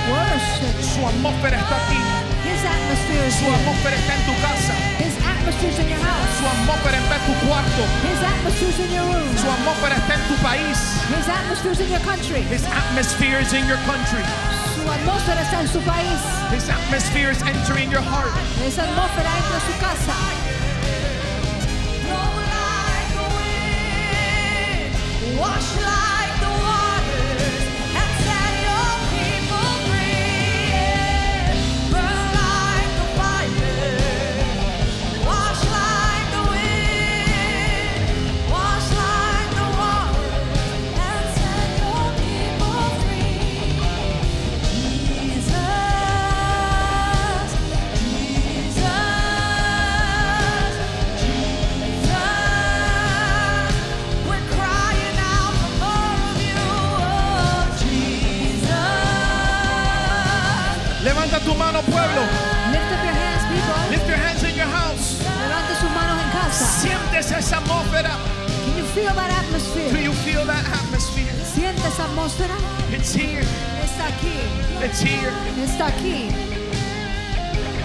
Speaker 2: worship.
Speaker 3: Su atmósfera está aquí.
Speaker 2: His atmosphere is
Speaker 3: Su
Speaker 2: here.
Speaker 3: atmósfera está en tu casa.
Speaker 2: His atmosphere is in your house.
Speaker 3: Su atmósfera está en tu cuarto.
Speaker 2: His atmosphere is in your room.
Speaker 3: Su atmósfera está en tu país.
Speaker 2: His atmosphere is in your country.
Speaker 3: His atmosphere is in your country.
Speaker 2: Su atmósfera está en su país.
Speaker 3: His atmosphere is entering your heart.
Speaker 2: Esa atmósfera entra a su casa.
Speaker 4: Blow like the wind, wash like the waters, and set your people free. Burn like the fire, wash like the wind, wash like the waters, and set your people free. Jesus, Jesus. We're crying out for more of you, oh Jesus.
Speaker 3: Levanta tu mano, pueblo.
Speaker 2: Lift up your hands, people.
Speaker 3: Lift your hands in your house.
Speaker 2: Levante sus manos en casa.
Speaker 3: Sientes esa atmósfera.
Speaker 2: Can you feel that
Speaker 3: Do
Speaker 2: atmosphere?
Speaker 3: you feel that atmosphere?
Speaker 2: ¿Siente esa atmósfera?
Speaker 3: It's here.
Speaker 2: Está aquí,
Speaker 3: It's here.
Speaker 2: está aquí.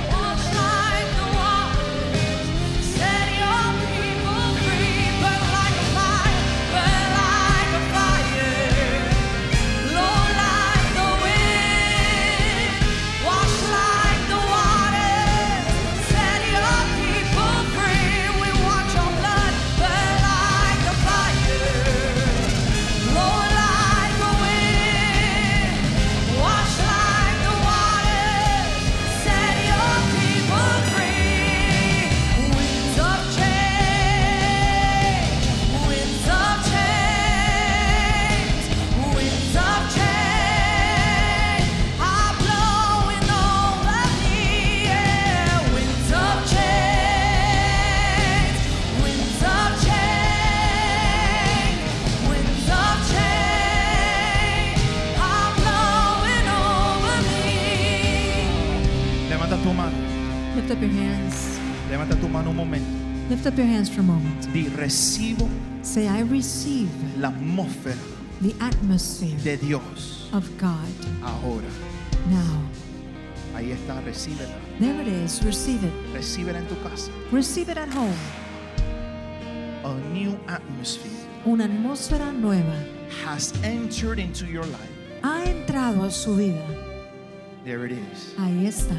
Speaker 4: Wash like the waters, set your people free. Burn like a fire, burn like a fire. Blow like the wind, wash like the waters, set your people free. We want your blood, burn like a fire. Blow like the wind, wash like the waters, set your people free. Winds of change, winds of change, winds of change are blowing over me. Winds of change, winds of change, winds of change are blowing over me.
Speaker 3: Levanta tu mano.
Speaker 2: Lift up your hands.
Speaker 3: Levanta tu mano un momento.
Speaker 2: Lift up your hands for a moment.
Speaker 3: Di, recibo
Speaker 2: Say, I receive
Speaker 3: la atmósfera
Speaker 2: the atmosphere
Speaker 3: de Dios
Speaker 2: of God
Speaker 3: ahora.
Speaker 2: now.
Speaker 3: Ahí está, recíbela.
Speaker 2: There it is. Receive it.
Speaker 3: Recíbela en tu casa.
Speaker 2: Receive it at home.
Speaker 3: A new atmosphere
Speaker 2: Una atmósfera nueva
Speaker 3: has entered into your life.
Speaker 2: ha entrado a su vida.
Speaker 3: There it is.
Speaker 2: Ahí está.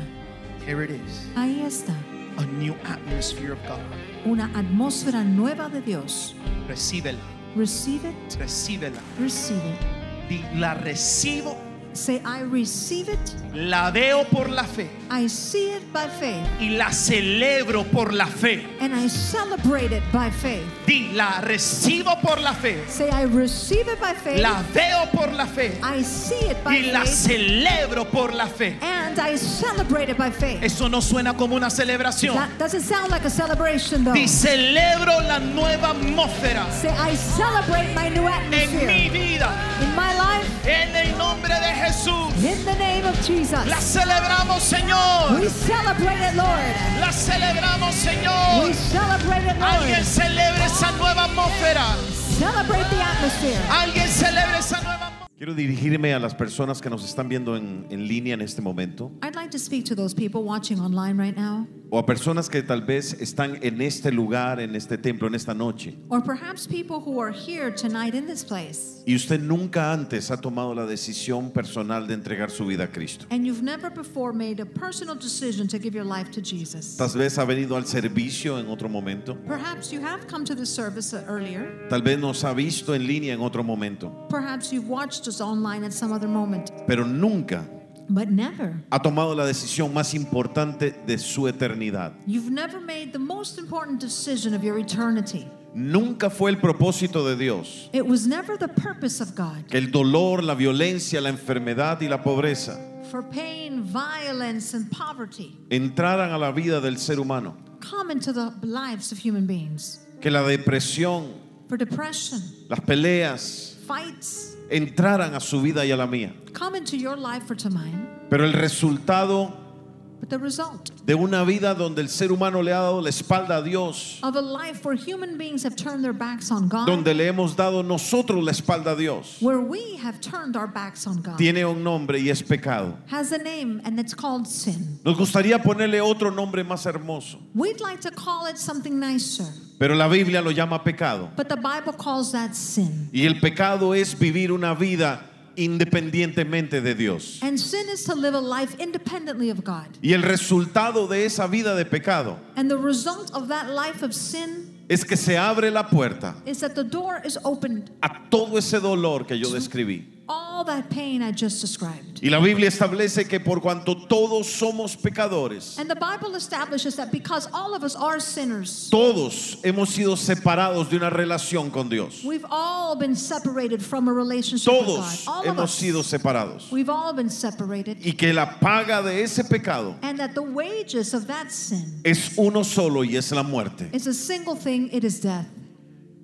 Speaker 3: Here it is.
Speaker 2: Ahí está.
Speaker 3: A new atmosphere of God.
Speaker 2: Una atmósfera nueva de Dios.
Speaker 3: Recíbela.
Speaker 2: Receive it.
Speaker 3: Recíbela.
Speaker 2: Receive it.
Speaker 3: Di, la recibo.
Speaker 2: Say, I receive it.
Speaker 3: La veo por la fe.
Speaker 2: I see it by faith.
Speaker 3: Y la celebro por la fe.
Speaker 2: And I celebrate it by faith.
Speaker 3: Di, la recibo por la fe.
Speaker 2: Say, I receive it by faith.
Speaker 3: La veo por la fe.
Speaker 2: I see it by
Speaker 3: Y la
Speaker 2: faith.
Speaker 3: celebro por la fe.
Speaker 2: And I celebrate it by faith.
Speaker 3: Eso no suena como una celebración.
Speaker 2: That doesn't sound like a celebration, though.
Speaker 3: Di, celebro la nueva atmósfera
Speaker 2: Say, I celebrate my new
Speaker 3: en mi
Speaker 2: atmosphere
Speaker 3: vida.
Speaker 2: in my life
Speaker 3: En el nombre de Jesús.
Speaker 2: in the name of
Speaker 3: La
Speaker 2: Jesus.
Speaker 3: celebramos, Señor.
Speaker 2: We celebrate it, Lord.
Speaker 3: La celebramos,
Speaker 2: We
Speaker 3: Señor.
Speaker 2: celebrate it,
Speaker 3: Alguien
Speaker 2: Lord.
Speaker 3: celebre esa nueva atmósfera.
Speaker 2: Celebrate the atmosphere.
Speaker 3: Alguien celebre esa nueva atmósfera.
Speaker 5: Quiero dirigirme a las personas que nos están viendo en, en línea en este momento
Speaker 2: I'd like to speak to those people watching online right now,
Speaker 5: o a personas que tal vez están en este lugar, en este templo, en esta noche
Speaker 2: or perhaps people who are here tonight in this place,
Speaker 5: y usted nunca antes ha tomado la decisión personal de entregar su vida a Cristo.
Speaker 2: and you've never before made a personal decision to give your life to Jesus.
Speaker 5: Tal vez ha venido al servicio en otro momento,
Speaker 2: Perhaps you have come to this service earlier.
Speaker 5: tal vez nos ha visto en línea en otro momento,
Speaker 2: Perhaps you've watched us online at some other moment,
Speaker 5: pero nunca
Speaker 2: but never.
Speaker 5: ha tomado la decisión más importante de su eternidad.
Speaker 2: You've never made the most important decision of your eternity.
Speaker 5: Nunca fue el propósito de Dios
Speaker 2: It was never the purpose of God
Speaker 5: que el dolor, la violencia, la enfermedad y la pobreza
Speaker 2: for pain, violence, and poverty
Speaker 5: entraran a la vida del ser humano,
Speaker 2: come into the lives of human beings,
Speaker 5: que la depresión,
Speaker 2: for depression,
Speaker 5: las peleas
Speaker 2: fights
Speaker 5: entraran a su vida y a la mía.
Speaker 2: come into your life or to mine.
Speaker 5: Pero el resultado
Speaker 2: But the result
Speaker 5: de una vida donde el ser humano le ha dado la espalda a Dios,
Speaker 2: of a life where human beings have turned their backs on God,
Speaker 5: donde le hemos dado nosotros la espalda a Dios,
Speaker 2: where we have turned our backs on God,
Speaker 5: tiene un nombre y es pecado.
Speaker 2: has a name and it's called sin.
Speaker 5: Nos gustaría ponerle otro nombre más hermoso,
Speaker 2: We'd like to call it something nicer,
Speaker 5: pero la Biblia lo llama pecado.
Speaker 2: but the Bible calls that sin.
Speaker 5: Y el pecado es vivir una vida independientemente de Dios.
Speaker 2: And sin is to live a life independently of God.
Speaker 5: Y el resultado de esa vida de pecado
Speaker 2: And the result of that life of sin
Speaker 5: es que se abre la puerta
Speaker 2: is that the door is opened,
Speaker 5: a todo ese dolor que yo describí.
Speaker 2: all that pain I just described.
Speaker 5: Y la Biblia establece que por cuanto todos somos pecadores,
Speaker 2: And the Bible establishes that because all of us are sinners,
Speaker 5: todos hemos sido separados de una relación con Dios.
Speaker 2: we've all been separated from a relationship with God.
Speaker 5: Todos
Speaker 2: All of
Speaker 5: hemos
Speaker 2: us.
Speaker 5: sido separados.
Speaker 2: We've all been separated.
Speaker 5: Y que la paga de ese pecado
Speaker 2: And that the wages of that sin
Speaker 5: es uno solo y es la muerte.
Speaker 2: is a single thing, it is death.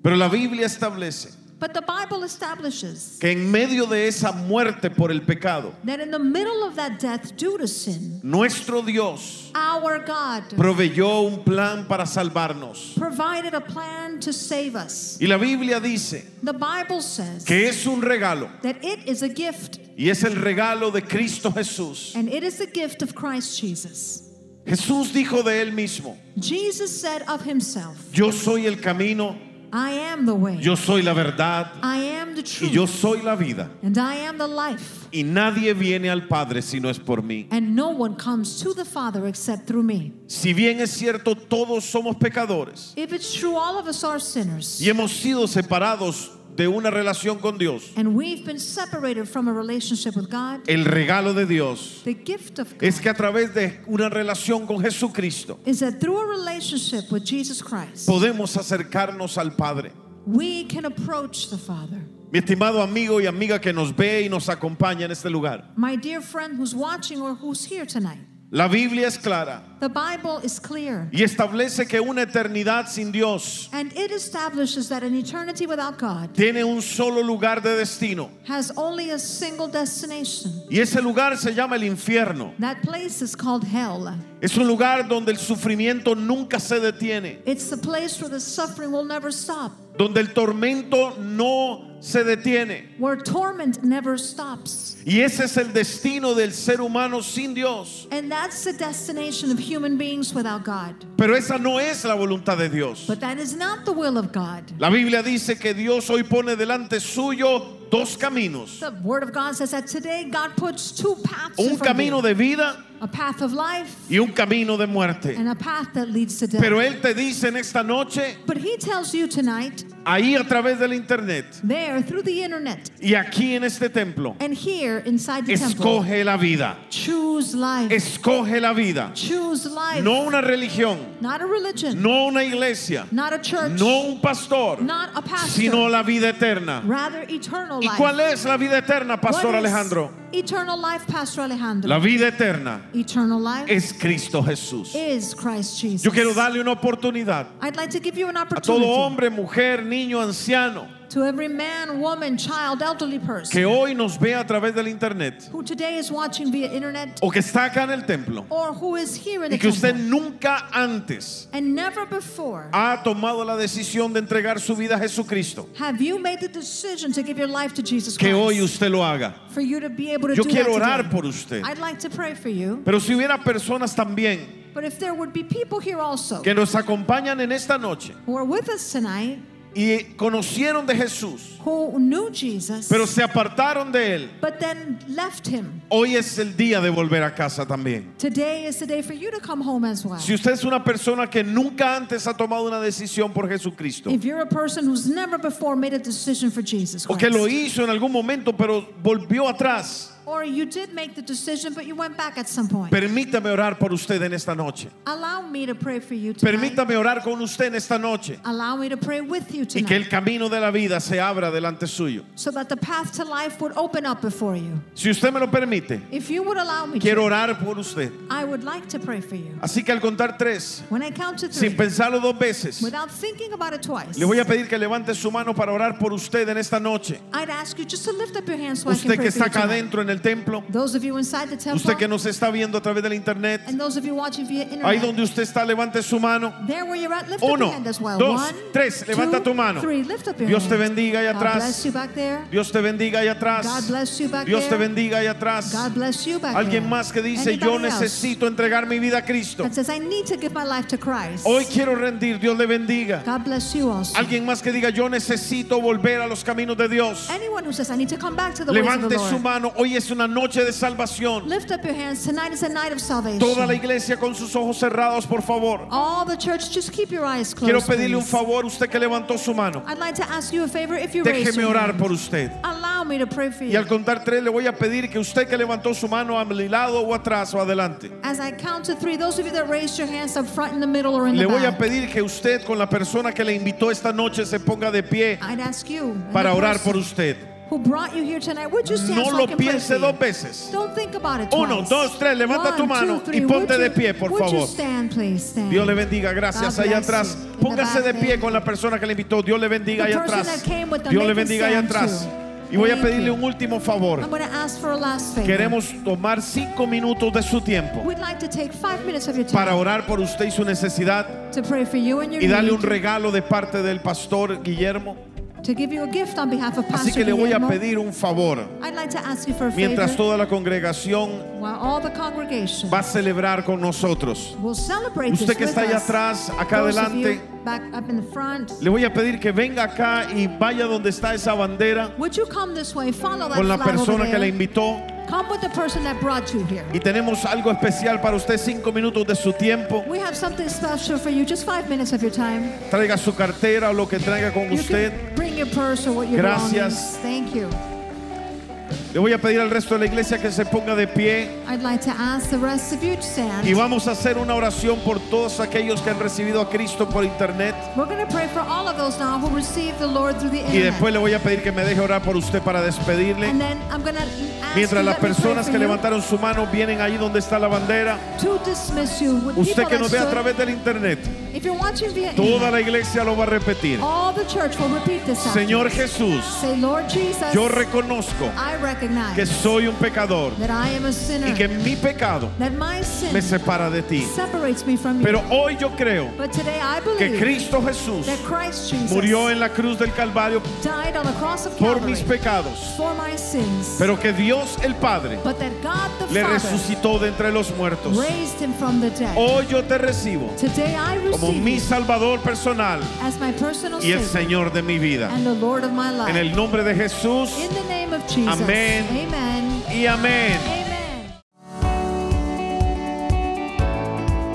Speaker 5: Pero la Biblia establece
Speaker 2: But the Bible establishes
Speaker 5: que en medio de esa muerte por el pecado,
Speaker 2: that in the middle of that death due to sin,
Speaker 5: nuestro Dios
Speaker 2: our God
Speaker 5: proveyó un plan para salvarnos.
Speaker 2: provided a plan to save us.
Speaker 5: Y la Biblia dice
Speaker 2: The Bible says
Speaker 5: que es un regalo
Speaker 2: that it is a gift,
Speaker 5: y es el regalo de Cristo Jesús.
Speaker 2: and it is the gift of Christ Jesus.
Speaker 5: Jesús dijo de él mismo,
Speaker 2: Jesus said of himself,
Speaker 5: yo soy el camino,
Speaker 2: I am the way,
Speaker 5: yo soy la verdad
Speaker 2: I am the
Speaker 5: y yo
Speaker 2: truth,
Speaker 5: soy la vida.
Speaker 2: and I am the life.
Speaker 5: Y nadie viene al Padre si no es por mí.
Speaker 2: And no one comes to the Father except through me.
Speaker 5: Si bien es cierto, todos somos pecadores
Speaker 2: If it's true, all of us are sinners.
Speaker 5: y hemos sido separados de una relación con Dios,
Speaker 2: And we've been separated from a relationship with God.
Speaker 5: el regalo de Dios
Speaker 2: The gift of God
Speaker 5: es que a través de una relación con Jesucristo
Speaker 2: is that through a relationship with Jesus Christ,
Speaker 5: podemos acercarnos al Padre.
Speaker 2: we can approach the Father.
Speaker 5: Mi estimado amigo y amiga que nos ve y nos acompaña en este lugar,
Speaker 2: My dear friend who's watching or who's here tonight,
Speaker 5: La Biblia es clara
Speaker 2: The Bible is clear.
Speaker 5: y establece que una eternidad sin Dios
Speaker 2: And it establishes that an eternity without God
Speaker 5: tiene un solo lugar de destino
Speaker 2: has only a single destination.
Speaker 5: y ese lugar se llama el infierno.
Speaker 2: That place is called hell.
Speaker 5: Es un lugar donde el sufrimiento nunca se detiene,
Speaker 2: It's the place where the suffering will never stop,
Speaker 5: donde el tormento no se detiene.
Speaker 2: where torment never stops.
Speaker 5: Y ese es el destino del ser humano sin Dios.
Speaker 2: And that's the destination of human beings without God.
Speaker 5: Pero esa no es la voluntad de Dios.
Speaker 2: But that is not the will of God.
Speaker 5: La Biblia dice que Dios hoy pone delante suyo dos caminos.
Speaker 2: The Word of God says that today God puts two paths in
Speaker 5: Un
Speaker 2: front of
Speaker 5: camino
Speaker 2: you.
Speaker 5: de vida
Speaker 2: a path of life
Speaker 5: y un camino de muerte.
Speaker 2: and a path that leads to death.
Speaker 5: Pero Él te dice en esta noche,
Speaker 2: but He tells you tonight,
Speaker 5: ahí a través del internet
Speaker 2: there through the internet
Speaker 5: y aquí en este templo,
Speaker 2: and here inside the temple,
Speaker 5: escoge la vida.
Speaker 2: choose life.
Speaker 5: Escoge la vida.
Speaker 2: choose life.
Speaker 5: No una religión,
Speaker 2: not a religion,
Speaker 5: no una iglesia,
Speaker 2: not a church,
Speaker 5: no un pastor,
Speaker 2: not a pastor,
Speaker 5: sino la vida eterna.
Speaker 2: rather eternal
Speaker 5: ¿Y
Speaker 2: life.
Speaker 5: cuál es la vida eterna,
Speaker 2: What
Speaker 5: Pastor
Speaker 2: is
Speaker 5: Alejandro?
Speaker 2: Eternal life, Pastor Alejandro.
Speaker 5: La vida eterna
Speaker 2: eternal life
Speaker 5: es Cristo Jesús.
Speaker 2: is Christ Jesus.
Speaker 5: Yo quiero darle una oportunidad
Speaker 2: I'd like to give you an
Speaker 5: a todo
Speaker 2: opportunity
Speaker 5: hombre, mujer, niño, anciano
Speaker 2: to every man, woman, child, elderly person
Speaker 5: que hoy nos ve a través del internet
Speaker 2: who today is watching via internet
Speaker 5: o que está acá en el templo
Speaker 2: or who is here in
Speaker 5: y
Speaker 2: the
Speaker 5: que usted
Speaker 2: temple
Speaker 5: nunca antes
Speaker 2: and never before
Speaker 5: ha tomado la decisión de entregar su vida a Jesucristo,
Speaker 2: have you made the decision to give your life to Jesus
Speaker 5: que
Speaker 2: Christ
Speaker 5: hoy usted lo haga.
Speaker 2: for you to be able to
Speaker 5: Yo
Speaker 2: do
Speaker 5: quiero
Speaker 2: that
Speaker 5: orar
Speaker 2: today.
Speaker 5: por usted.
Speaker 2: I'd like to pray for you
Speaker 5: Pero si hubiera personas también
Speaker 2: but if there would be people here also
Speaker 5: que nos acompañan en esta noche
Speaker 2: who are with us tonight
Speaker 5: y conocieron de Jesús,
Speaker 2: who knew Jesus
Speaker 5: pero se apartaron de Él,
Speaker 2: but then left him
Speaker 5: Hoy es el día de volver a casa también.
Speaker 2: today is the day for you to come home as well
Speaker 5: Si usted es una persona que nunca antes ha tomado una decisión por Jesucristo,
Speaker 2: if you're a person who's never before made a decision for Jesus
Speaker 5: o
Speaker 2: Christ
Speaker 5: que lo hizo en algún momento pero volvió atrás,
Speaker 2: Or you did make the decision, but you went back at some point.
Speaker 5: permítame orar por usted en esta noche.
Speaker 2: Allow me to pray for you tonight.
Speaker 5: Permítame orar con usted en esta noche
Speaker 2: Allow me to pray with you
Speaker 5: y que el
Speaker 2: tonight.
Speaker 5: camino de la vida se abra delante suyo.
Speaker 2: So that the path to life would open up before you.
Speaker 5: Si usted me lo permite,
Speaker 2: If you would allow me
Speaker 5: quiero
Speaker 2: to,
Speaker 5: orar por usted.
Speaker 2: I would like to pray for you.
Speaker 5: Así que al contar tres,
Speaker 2: When I count to three,
Speaker 5: sin pensarlo dos veces,
Speaker 2: without thinking about it twice,
Speaker 5: le voy a pedir que levante su mano para orar por usted en esta noche.
Speaker 2: I'd ask you just to lift up your hands so I
Speaker 5: Usted
Speaker 2: can
Speaker 5: que
Speaker 2: pray for
Speaker 5: está
Speaker 2: you
Speaker 5: acá
Speaker 2: tonight.
Speaker 5: adentro en el templo,
Speaker 2: Those of you inside the temple
Speaker 5: Usted que nos está viendo a través del internet,
Speaker 2: and those of you watching via internet,
Speaker 5: ahí donde usted está, levante su mano.
Speaker 2: there where you're at, lift up
Speaker 5: Uno,
Speaker 2: your hand as well.
Speaker 5: dos,
Speaker 2: One,
Speaker 5: tres,
Speaker 2: two,
Speaker 5: levanta tu mano.
Speaker 2: three, lift up your
Speaker 5: Dios te
Speaker 2: hand.
Speaker 5: bendiga ahí
Speaker 2: God bless
Speaker 5: atrás.
Speaker 2: you back there.
Speaker 5: Dios te bendiga ahí
Speaker 2: God
Speaker 5: atrás.
Speaker 2: bless you back
Speaker 5: Dios te
Speaker 2: there.
Speaker 5: bendiga ahí atrás.
Speaker 2: God bless you back
Speaker 5: Alguien
Speaker 2: there.
Speaker 5: más que dice, yo
Speaker 2: Anybody else
Speaker 5: necesito entregar mi vida a Cristo.
Speaker 2: That says, I need to give my life to Christ.
Speaker 5: Hoy quiero rendir, Dios le bendiga.
Speaker 2: God bless you also.
Speaker 5: Alguien más que diga, yo necesito volver a los caminos de Dios.
Speaker 2: Anyone who says, I need to come back to the ways of
Speaker 5: Levante
Speaker 2: the
Speaker 5: su
Speaker 2: Lord.
Speaker 5: mano, hoy es una noche de salvación.
Speaker 2: Lift up your hands. Tonight is a night of salvation.
Speaker 5: Toda la iglesia con sus ojos cerrados, por favor.
Speaker 2: All the church, just keep your eyes closed.
Speaker 5: Quiero pedirle un
Speaker 2: please.
Speaker 5: favor, usted que levantó su mano.
Speaker 2: I'd like to ask you a favor if you raise
Speaker 5: Déjeme
Speaker 2: your
Speaker 5: orar
Speaker 2: hand.
Speaker 5: por usted.
Speaker 2: Allow me to pray for
Speaker 5: Y
Speaker 2: you.
Speaker 5: al contar tres le voy a pedir que usted que levantó su mano a mi lado o atrás o adelante.
Speaker 2: As I count to three, those of you that raised your hands up front, in the middle, or in
Speaker 5: Le
Speaker 2: the
Speaker 5: voy a
Speaker 2: back,
Speaker 5: pedir que usted con la persona que le invitó esta noche se ponga de pie
Speaker 2: I'd ask you and
Speaker 5: para
Speaker 2: the
Speaker 5: orar
Speaker 2: person
Speaker 5: por usted.
Speaker 2: who brought you here tonight, would you stand
Speaker 5: No
Speaker 2: so I
Speaker 5: lo
Speaker 2: can pray for
Speaker 5: piense
Speaker 2: you?
Speaker 5: dos veces.
Speaker 2: Don't think about it
Speaker 5: Uno,
Speaker 2: twice.
Speaker 5: dos, tres, levanta
Speaker 2: One,
Speaker 5: tu mano
Speaker 2: two, three.
Speaker 5: y ponte
Speaker 2: Would
Speaker 5: de
Speaker 2: you-
Speaker 5: pie, por
Speaker 2: would you
Speaker 5: favor.
Speaker 2: stand, please, stand?
Speaker 5: Dios le bendiga, gracias.
Speaker 2: God
Speaker 5: Allá
Speaker 2: bless
Speaker 5: atrás,
Speaker 2: you. In the
Speaker 5: póngase de
Speaker 2: back
Speaker 5: pie
Speaker 2: there.
Speaker 5: con la persona que le invitó. Dios le bendiga
Speaker 2: The
Speaker 5: allá
Speaker 2: person
Speaker 5: atrás.
Speaker 2: that came with them,
Speaker 5: Dios le
Speaker 2: make them
Speaker 5: bendiga allá
Speaker 2: stand
Speaker 5: atrás.
Speaker 2: too.
Speaker 5: Y voy a
Speaker 2: Thank
Speaker 5: pedirle
Speaker 2: you.
Speaker 5: un último
Speaker 2: I'm
Speaker 5: favor.
Speaker 2: going to ask for a last favor.
Speaker 5: Queremos tomar cinco minutos de su tiempo
Speaker 2: We'd like to take five minutes of your
Speaker 5: para
Speaker 2: time
Speaker 5: orar por usted y su necesidad.
Speaker 2: to pray for you and your
Speaker 5: y darle un
Speaker 2: need,
Speaker 5: regalo de parte del pastor Guillermo.
Speaker 2: to give you a gift on behalf of Pastor
Speaker 5: Así que le voy a
Speaker 2: Guillermo.
Speaker 5: pedir un favor.
Speaker 2: I'd like to ask you for a
Speaker 5: Mientras
Speaker 2: favor
Speaker 5: toda la congregación
Speaker 2: while all the congregation
Speaker 5: va a celebrar con nosotros.
Speaker 2: will celebrate
Speaker 5: Usted
Speaker 2: this
Speaker 5: que
Speaker 2: with
Speaker 5: está allá
Speaker 2: us.
Speaker 5: atrás, acá
Speaker 2: Those of you
Speaker 5: adelante,
Speaker 2: back up in the front,
Speaker 5: le voy a pedir que venga acá y vaya donde está esa bandera
Speaker 2: would you come this way? Follow that
Speaker 5: con la
Speaker 2: flag over
Speaker 5: persona que
Speaker 2: there.
Speaker 5: la invitó.
Speaker 2: Come with the person that brought you here.
Speaker 5: Y tenemos algo especial para usted, cinco minutos de su tiempo.
Speaker 2: We have something special for you. Just five minutes of your time.
Speaker 5: Traiga su cartera o lo que traiga con
Speaker 2: You
Speaker 5: usted.
Speaker 2: can bring your purse or what your
Speaker 5: Gracias.
Speaker 2: belongings. Thank you.
Speaker 5: Le voy a pedir al resto de la iglesia que se ponga de pie
Speaker 2: I'd like to ask the rest of you to stand.
Speaker 5: y vamos a hacer una oración por todos aquellos que han recibido a Cristo por internet.
Speaker 2: We're going to pray for all of those now who received the Lord through the
Speaker 5: Y
Speaker 2: internet.
Speaker 5: después le voy a pedir que me deje orar por usted para despedirle.
Speaker 2: and then I'm going to ask
Speaker 5: Mientras
Speaker 2: you, let
Speaker 5: las
Speaker 2: me pray
Speaker 5: personas
Speaker 2: for
Speaker 5: que
Speaker 2: you
Speaker 5: levantaron su mano vienen ahí donde está la bandera.
Speaker 2: to dismiss you. With
Speaker 5: Usted
Speaker 2: people
Speaker 5: que
Speaker 2: that
Speaker 5: nos ve a
Speaker 2: stood,
Speaker 5: través del internet,
Speaker 2: if you're watching via
Speaker 5: toda
Speaker 2: internet,
Speaker 5: la iglesia lo va a repetir.
Speaker 2: all the church will repeat this after
Speaker 5: Señor
Speaker 2: you.
Speaker 5: Jesús,
Speaker 2: Say, Lord Jesus,
Speaker 5: yo reconozco
Speaker 2: I recognize
Speaker 5: que soy un pecador
Speaker 2: that I am a sinner,
Speaker 5: y que mi pecado
Speaker 2: that my sin
Speaker 5: me separa de ti.
Speaker 2: separates me from
Speaker 5: Pero
Speaker 2: you.
Speaker 5: hoy yo creo
Speaker 2: But today I
Speaker 5: que
Speaker 2: believe
Speaker 5: Cristo Jesús
Speaker 2: that Christ Jesus
Speaker 5: murió en la cruz del Calvario
Speaker 2: died on the cross of
Speaker 5: por
Speaker 2: Calvary
Speaker 5: mis pecados,
Speaker 2: for my sins.
Speaker 5: pero que Dios el Padre
Speaker 2: but that God the
Speaker 5: le
Speaker 2: Father
Speaker 5: resucitó de entre los muertos.
Speaker 2: raised him from the dead.
Speaker 5: Hoy yo te recibo
Speaker 2: Today I
Speaker 5: como
Speaker 2: receive
Speaker 5: mi
Speaker 2: you
Speaker 5: Salvador personal
Speaker 2: as my personal
Speaker 5: y el
Speaker 2: Savior
Speaker 5: Señor de mi vida.
Speaker 2: and the Lord of my life.
Speaker 5: En el nombre de Jesús
Speaker 2: In the name of Jesus.
Speaker 5: Amén.
Speaker 2: Amen.
Speaker 5: y amén.
Speaker 2: Amen.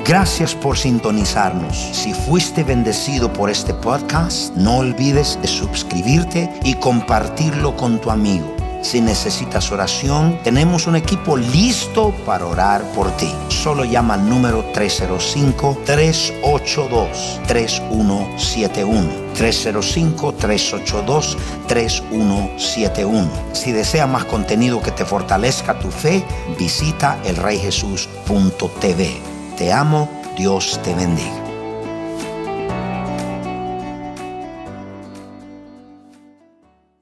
Speaker 1: Gracias por sintonizarnos. Si fuiste bendecido por este podcast, no olvides de suscribirte y compartirlo con tu amigo. Si necesitas oración, tenemos un equipo listo para orar por ti. Solo llama al número 305-382-3171. 305-382-3171. Si desea más contenido que te fortalezca tu fe, visita elreyjesus.tv. Te amo, Dios te bendiga.